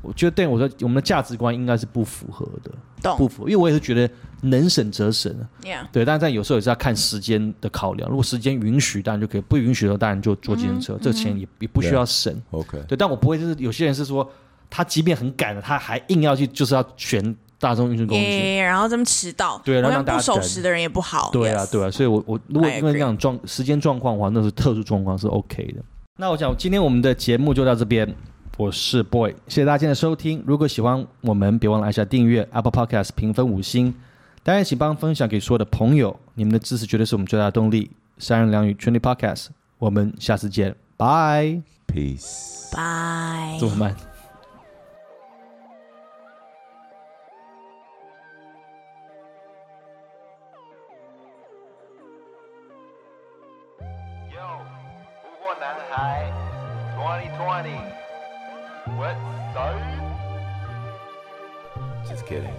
A: 我觉得对我说我们的价值观应该是不符合的，
C: 懂
A: 不符合。因为我也是觉得能省则省啊。
C: ，Yeah，
A: 对，但是但有时候也是要看时间的考量。如果时间允许，当然就可以；不允许的，当然就坐计程
B: 嗯
A: 车，这个钱也也不需要省。
B: ，OK，
A: 对，但我不会就是有些人是说，他即便很赶了，他还硬要去，就是要选大众运输工具。
C: 耶，然后这么迟到，
A: 对然后
C: 我
A: 让
C: 想
A: 大家
C: 不守
A: 等
C: 时的人也不好。
A: 对啊，
C: yes
A: 对啊，所以我我如果
C: I
A: 因为
C: agree
A: 那种状时间状况的话，那是特殊状况是 OK 的。那我想今天我们的节目就到这边，我是 Boy，谢谢大家今天的收听。如果喜欢我们，别忘了按下订阅 Apple Podcast 评分五星，当然请帮分享给所有的朋友，你们的支持绝对是我们最大的动力。三人良语 Twenty Podcast，我们下次见，拜。
B: peace。
C: 拜。
A: 这么慢。
D: Yo，不过男孩2020，What's up？
B: Just kidding.